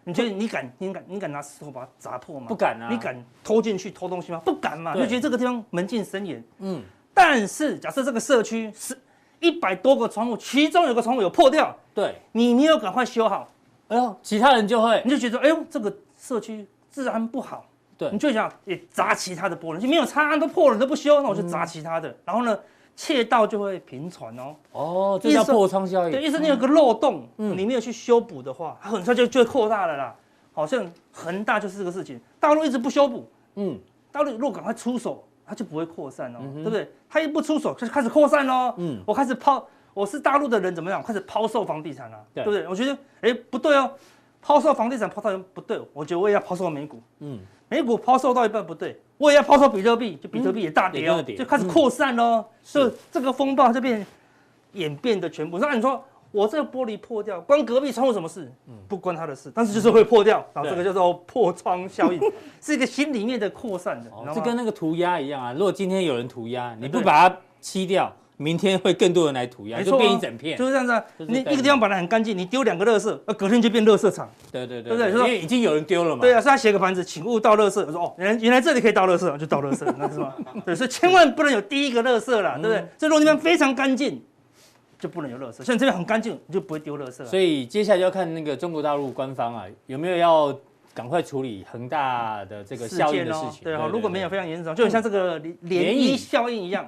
Speaker 3: 你觉得你敢你敢你敢拿石头把它砸破吗？
Speaker 1: 不敢啊
Speaker 3: 你敢偷进去偷东西吗？不敢嘛，
Speaker 1: 对
Speaker 3: 就觉得这个地方门禁森严。
Speaker 1: 嗯，
Speaker 3: 但是假设这个社区是一百多个窗户，其中有个窗户有破掉，
Speaker 1: 对。
Speaker 3: 你没有赶快修好，
Speaker 1: 哎呦，其他人就会
Speaker 3: 你就觉得哎呦这个社区治安不好，
Speaker 1: 对
Speaker 3: 你就想也砸其他的玻璃，就没有擦都破了都不修，那我就
Speaker 1: 嗯
Speaker 3: 砸其他的，然后呢窃盗就会频传哦。
Speaker 1: 哦，这叫
Speaker 3: 意思
Speaker 1: 破窗效应。
Speaker 3: 对，意思你有个漏洞，
Speaker 1: 嗯
Speaker 3: 你没有去修补的话，它很快就就会扩大了啦。好像恒大就是这个事情，大陆一直不修补，
Speaker 1: 嗯，
Speaker 3: 大陆如果赶快出手，它就不会扩散哦，对不对？它一不出手，它就开始扩散喽。
Speaker 1: 嗯
Speaker 3: 嗯，我开始抛，我是大陆的人怎么样？我开始抛售房地产啦、
Speaker 1: 对
Speaker 3: 对不对？我觉得，哎，不对哦，抛售房地产抛到一半不对，我觉得我也要抛售美股。
Speaker 1: 嗯
Speaker 3: 嗯，美股抛售到一半不对，我也要抛售比特币，就比特币也大
Speaker 1: 嗯
Speaker 3: 跌
Speaker 1: 也跟着
Speaker 3: 哦，
Speaker 1: 跌嗯
Speaker 3: 就开始扩散喽。所以这个风暴就变演变的全部。那你说我这个玻璃破掉，关隔壁窗户什么事？不关他的事，但是就是会破掉，然后这
Speaker 1: 嗯
Speaker 3: 个
Speaker 1: 对
Speaker 3: 叫做破窗效应， 是一个心里面的扩散的，
Speaker 1: 哦
Speaker 3: 你知道吗
Speaker 1: 这跟那个涂鸦一样啊。如果今天有人涂鸦，你不
Speaker 3: 对
Speaker 1: 把它漆掉，明天会更多人来涂鸦，
Speaker 3: 没
Speaker 1: 就
Speaker 3: 错啊
Speaker 1: 变一整片
Speaker 3: 就。是这样子啊。
Speaker 1: 就是
Speaker 3: 你
Speaker 1: 概念
Speaker 3: 一个地方本来很干净，你丢两个垃圾，呃，隔天就变垃圾场。
Speaker 1: 对对
Speaker 3: 对不对
Speaker 1: 因
Speaker 3: 就是说
Speaker 1: 为已经有人丢了嘛。
Speaker 3: 对啊，所以他写个盘子，请勿倒垃圾。我说哦，原来原来这里可以倒垃圾，哦我就 倒垃圾，那是吧？对，所以千万不能有第一个垃圾
Speaker 1: 嗯
Speaker 3: 啦，对不对？所以如果地方非常干净，就不能有垃圾。像你这边很干净，你就不会丢垃圾了。
Speaker 1: 所以接下来就要看那个中国大陆官方啊，有没有要赶快处理恒大的这个效应的事
Speaker 3: 哦
Speaker 1: 情。
Speaker 3: 对哈，如果没有非常严重，就很像这个涟
Speaker 1: 嗯涟
Speaker 3: 涟
Speaker 1: 漪嗯
Speaker 3: 漪效应 一样，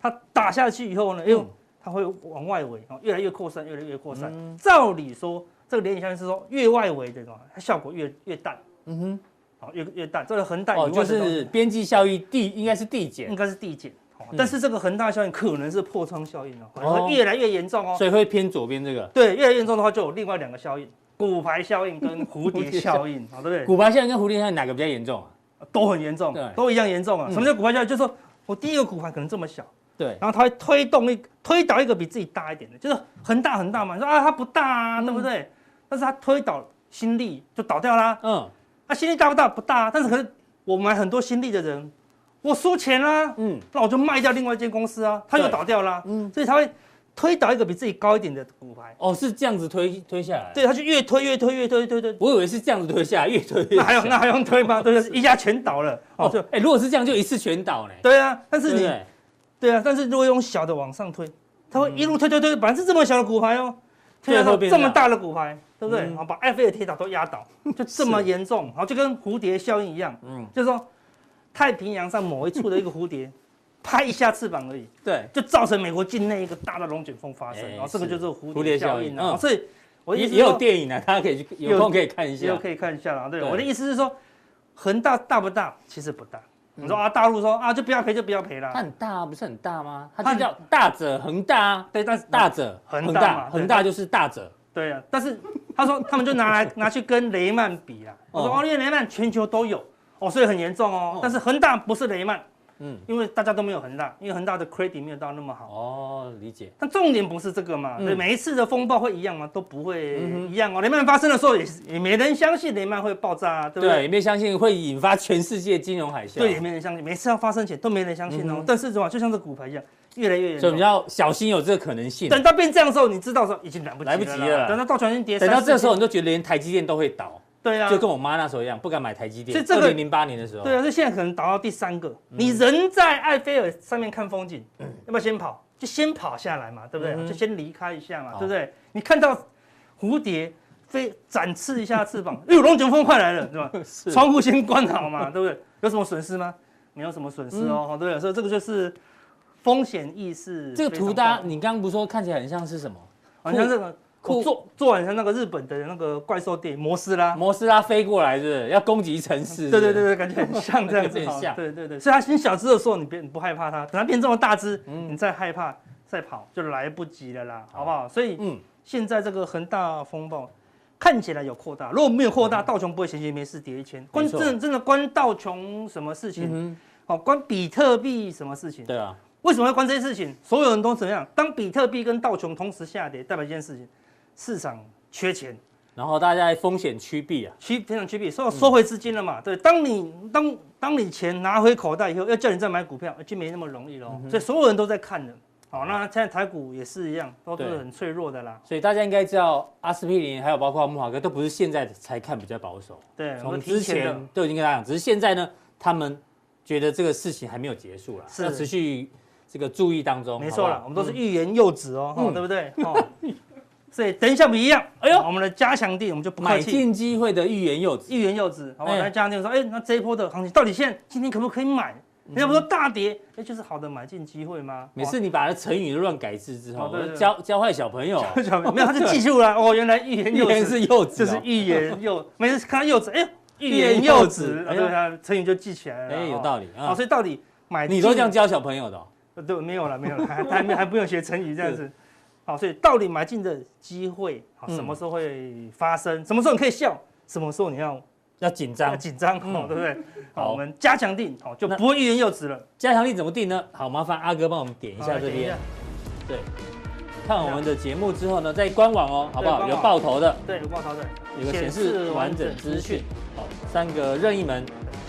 Speaker 3: 它打下去以后呢，哎呦，它会往外围，哦，越来越扩散，越来越扩散。
Speaker 1: 嗯
Speaker 3: 照理说，这个涟漪效应是说越外围的，哦它效果越越淡，
Speaker 1: 嗯哼，
Speaker 3: 好，越越淡。这个恒大以
Speaker 1: 哦，
Speaker 3: 外
Speaker 1: 就
Speaker 3: 的东
Speaker 1: 是
Speaker 3: 西
Speaker 1: 边际效益递应该是递减
Speaker 3: 应，该是递减，哦
Speaker 1: 嗯
Speaker 3: 但是这个恒大效应可能是破窗效应哦，可能
Speaker 1: 哦
Speaker 3: 会越来越严重哦。
Speaker 1: 所以会偏左边这个。
Speaker 3: 对，越来越严重的话，就有另外两个效应。骨牌效 应跟
Speaker 1: 蝴
Speaker 3: 蝴蝶
Speaker 1: 蝶效
Speaker 3: 效应，哦好，对不对？
Speaker 1: 骨牌效应跟蝴蝶效应哪个比较严重啊？
Speaker 3: 都很严重
Speaker 1: 对，
Speaker 3: 都一样严重啊。
Speaker 1: 嗯
Speaker 3: 什么叫骨牌效应？就是说我第一个骨牌可能这么小，
Speaker 1: 对，
Speaker 3: 然后它会推动一推倒一个比自己大一点的，就是很大很大嘛。你说啊，它不大啊，对不对？但是它推倒新力就倒掉啦。
Speaker 1: 嗯
Speaker 3: 那、新力大不大？不大、啊，但是可是我买很多新力的人，我输钱啦、
Speaker 1: 嗯，
Speaker 3: 那我就卖掉另外一间公司啊，它又
Speaker 1: 对
Speaker 3: 倒掉啦、
Speaker 1: 嗯
Speaker 3: 所以它会推倒一个比自己高一点的股牌，
Speaker 1: 哦，是这样子推推下来。
Speaker 3: 对，它就越推越推越推推推，
Speaker 1: 我以为是这样子推下来，越推越
Speaker 3: 那还有
Speaker 1: 下
Speaker 3: 那还用推吗？对不对？一下全倒了，
Speaker 1: 哦，
Speaker 3: 哦，就
Speaker 1: 哎、如果是这样，就一次全倒呢。
Speaker 3: 对啊，但是
Speaker 1: 对不
Speaker 3: 你
Speaker 1: 对？
Speaker 3: 对啊，但是如果用小的往上推，它会一路推推
Speaker 1: 嗯
Speaker 3: 推，本来是这么小的骨牌哦，推
Speaker 1: 最后
Speaker 3: 到
Speaker 1: 变
Speaker 3: 这么
Speaker 1: 大
Speaker 3: 大的骨牌，对不对？
Speaker 1: 嗯
Speaker 3: 然后把埃菲尔铁塔都 压倒，就这么严重，然后就跟蝴蝶效应一样，
Speaker 1: 嗯
Speaker 3: 嗯，就是说太平洋上某一处的一个蝴 蝶拍一下翅膀而已，
Speaker 1: 对，
Speaker 3: 就造成美国境内一个大的龙卷风发生，
Speaker 1: 哎
Speaker 3: 然后这个
Speaker 1: 是
Speaker 3: 就是蝴
Speaker 1: 蝴蝶
Speaker 3: 蝶
Speaker 1: 效
Speaker 3: 效
Speaker 1: 应
Speaker 3: 应啊，
Speaker 1: 嗯
Speaker 3: 所以我的
Speaker 1: 也
Speaker 3: 意思
Speaker 1: 也有
Speaker 3: 说
Speaker 1: 电影啊，大家可以去有
Speaker 3: 有
Speaker 1: 空可以看一
Speaker 3: 也有
Speaker 1: 下。
Speaker 3: 可以看一下啦。对，
Speaker 1: 对
Speaker 3: 我的意思是说，恒大大不大？其实不大。
Speaker 1: 嗯
Speaker 3: 你说啊，大陆说啊，就不要赔就不要赔
Speaker 1: 它
Speaker 3: 啦。
Speaker 1: 很大啊，不是很大吗？它
Speaker 3: 它
Speaker 1: 就叫大者恒大啊，
Speaker 3: 对，但是
Speaker 1: 大者
Speaker 3: 恒
Speaker 1: 恒
Speaker 3: 大
Speaker 1: 大，
Speaker 3: 嘛
Speaker 1: 恒
Speaker 3: 对
Speaker 1: 大就是大者。
Speaker 3: 对啊，但是他说他们就拿 来拿去跟雷曼比啦。我说
Speaker 1: 哦
Speaker 3: 哦，因为雷曼全球都有哦，所以很严重哦
Speaker 1: 哦。
Speaker 3: 但是恒大不是雷曼，
Speaker 1: 嗯
Speaker 3: 嗯，因为大家都没有恒大，因为恒大的 credit 没有到那么好。
Speaker 1: 哦，理解。
Speaker 3: 但重点不是这个嘛，
Speaker 1: 嗯
Speaker 3: 对，每一次的风暴会一样吗？都不会一样哦。雷曼发生的时候也是也没人相信雷曼会爆炸啊，对不对
Speaker 1: 对，？也没相信会引发全世界金融海啸。
Speaker 3: 对，也，没人相信，每次要发生前都没人相信
Speaker 1: 嗯
Speaker 3: 哦
Speaker 1: 哼。
Speaker 3: 但是的话，就像这骨牌一样，越来越严
Speaker 1: 所以我们
Speaker 3: 重。
Speaker 1: 要小心有这个可能性。啊
Speaker 3: 等到变这样的时候，你知道说已经来不及
Speaker 1: 来不及了啦
Speaker 3: 啦等到道琼已经跌，
Speaker 1: 等到这时候，，你就觉得连台积电都会倒，
Speaker 3: 对啊，
Speaker 1: 就跟我妈那时候一样，不敢买台积电。
Speaker 3: 所以这个
Speaker 1: 零零八年的时候，
Speaker 3: 对啊，所以现在可能倒到第三个，你人在埃菲尔上面看风景，要不要先跑？就先跑下来嘛，对不对？
Speaker 1: 嗯
Speaker 3: 就先离开一下嘛
Speaker 1: 好，
Speaker 3: 对不对？你看到蝴蝶飞展翅一下翅膀， 哎呦，龙卷风快来了，对吧？
Speaker 1: 是
Speaker 3: 窗户先关 好嘛，对不对？有什么损失吗？没有什么损失哦，
Speaker 1: 嗯
Speaker 3: 对不对？所以这个就是风险意识非常高。
Speaker 1: 这个图搭，你刚刚不是说看起来很像是什么？
Speaker 3: 好像这个我做做很像那个日本的那个怪兽电影《摩斯拉》。
Speaker 1: 摩斯拉飞过来是不是要攻击城市？
Speaker 3: 对
Speaker 1: 是
Speaker 3: 对
Speaker 1: 不
Speaker 3: 对
Speaker 1: 是，
Speaker 3: 对，感觉很 像这样子
Speaker 1: 有点
Speaker 3: 哈。
Speaker 1: 像
Speaker 3: 对对对，所以它先小只的时候，你别你不害怕它，等它变这么大只，
Speaker 1: 嗯
Speaker 3: 你再害怕再跑就来不及了啦，好不好？所以
Speaker 1: 嗯，
Speaker 3: 现在这个恒大风暴看起来有扩大，如果没有扩大，道琼不会闲闲没事跌一千。关
Speaker 1: 嗯错
Speaker 3: 真的真的关道琼什么事情？
Speaker 1: 嗯
Speaker 3: 哦，关比特币什么事情
Speaker 1: 哼，？对啊，
Speaker 3: 为什么要关这些事情？所有人都怎样？当比特币跟道琼同时下跌，代表一件事情：市场缺钱，
Speaker 1: 然后大家还风险趋避啊，
Speaker 3: 趋非常趋避，所以收回资金了嘛。对，当你当当你钱拿回口袋以后，要叫你再买股票，就没那么容易喽。
Speaker 1: 嗯
Speaker 3: 所以所有人都在看的。好，那现在台股也是一样，都是
Speaker 1: 对
Speaker 3: 很脆弱的啦。
Speaker 1: 所以大家应该知道，阿司匹林还有包括木华哥都不是现在才看比较保守，
Speaker 3: 对，我
Speaker 1: 从
Speaker 3: 提
Speaker 1: 之
Speaker 3: 前的
Speaker 1: 前都已经跟大家讲，只是现在呢，他们觉得这个事情还没有结束啦，
Speaker 3: 是
Speaker 1: 要持续这个注意当中，
Speaker 3: 没错
Speaker 1: 了
Speaker 3: 了，，我们都是欲言又止哦，
Speaker 1: 嗯
Speaker 3: 哦对不 对？哦，所以等一下不一样。哎呦，我们的加强地我们就不客
Speaker 1: 买
Speaker 3: 气。
Speaker 1: 进机会的欲言又止，
Speaker 3: 欲言又止，好吧？
Speaker 1: 哎
Speaker 3: 来加强说，哎、那这一波的行情到底现在今天可不可以买？
Speaker 1: 嗯
Speaker 3: 人家不说大跌，哎、就是好的买进机会吗？
Speaker 1: 每次你把它成语乱改字之后，
Speaker 3: 哦对对对
Speaker 1: 教教坏小朋友，
Speaker 3: 哇 没有，他就记住了。哦，原来欲言
Speaker 1: 欲
Speaker 3: 又
Speaker 1: 言
Speaker 3: 止，
Speaker 1: 是幼稚
Speaker 3: 就
Speaker 1: 哦，
Speaker 3: 是欲言又，每次看到又止，哎、欲
Speaker 1: 言
Speaker 3: 言
Speaker 1: 又
Speaker 3: 又
Speaker 1: 止
Speaker 3: 止，
Speaker 1: 哎
Speaker 3: 哎
Speaker 1: 呦
Speaker 3: 对，他成语就记起来了。
Speaker 1: 哎，有
Speaker 3: 理。
Speaker 1: 道理
Speaker 3: 好、
Speaker 1: 啊，
Speaker 3: 哦所以到底买进
Speaker 1: 你都这样？教小朋友的哦，
Speaker 3: 呃对，没有了，没有了，还还没还不用学成语这样子。好，所以到底买进的机会，好，
Speaker 1: 嗯
Speaker 3: 什么时候会发生？什么时候你可以笑？什么时候你要
Speaker 1: 要紧
Speaker 3: 要
Speaker 1: 张。
Speaker 3: 紧张？哦，对不对？
Speaker 1: 嗯好
Speaker 3: 好，我们加强定，好，就
Speaker 1: 那
Speaker 3: 不会欲言又止了。
Speaker 1: 加强力怎么定呢？好，麻烦阿哥帮我们点一
Speaker 3: 好
Speaker 1: 下
Speaker 3: 来
Speaker 1: 这
Speaker 3: 点一
Speaker 1: 边
Speaker 3: 下，
Speaker 1: 对，看我们的节目之后呢，在官网哦，好不好？
Speaker 3: 对官网
Speaker 1: 有爆头的，
Speaker 3: 对，有报条对，
Speaker 1: 有个显示完整资讯，好，三个任意门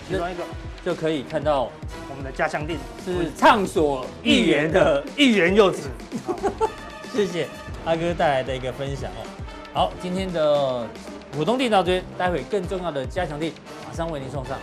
Speaker 3: 其中一个
Speaker 1: 就可以看到
Speaker 3: 我们的家乡地
Speaker 1: 是畅所欲言 的。
Speaker 3: 一言又止。
Speaker 1: 谢谢阿哥带来的一个分享哦。好，今天的普通地道这边，待会更重要的加强地马上为您送上。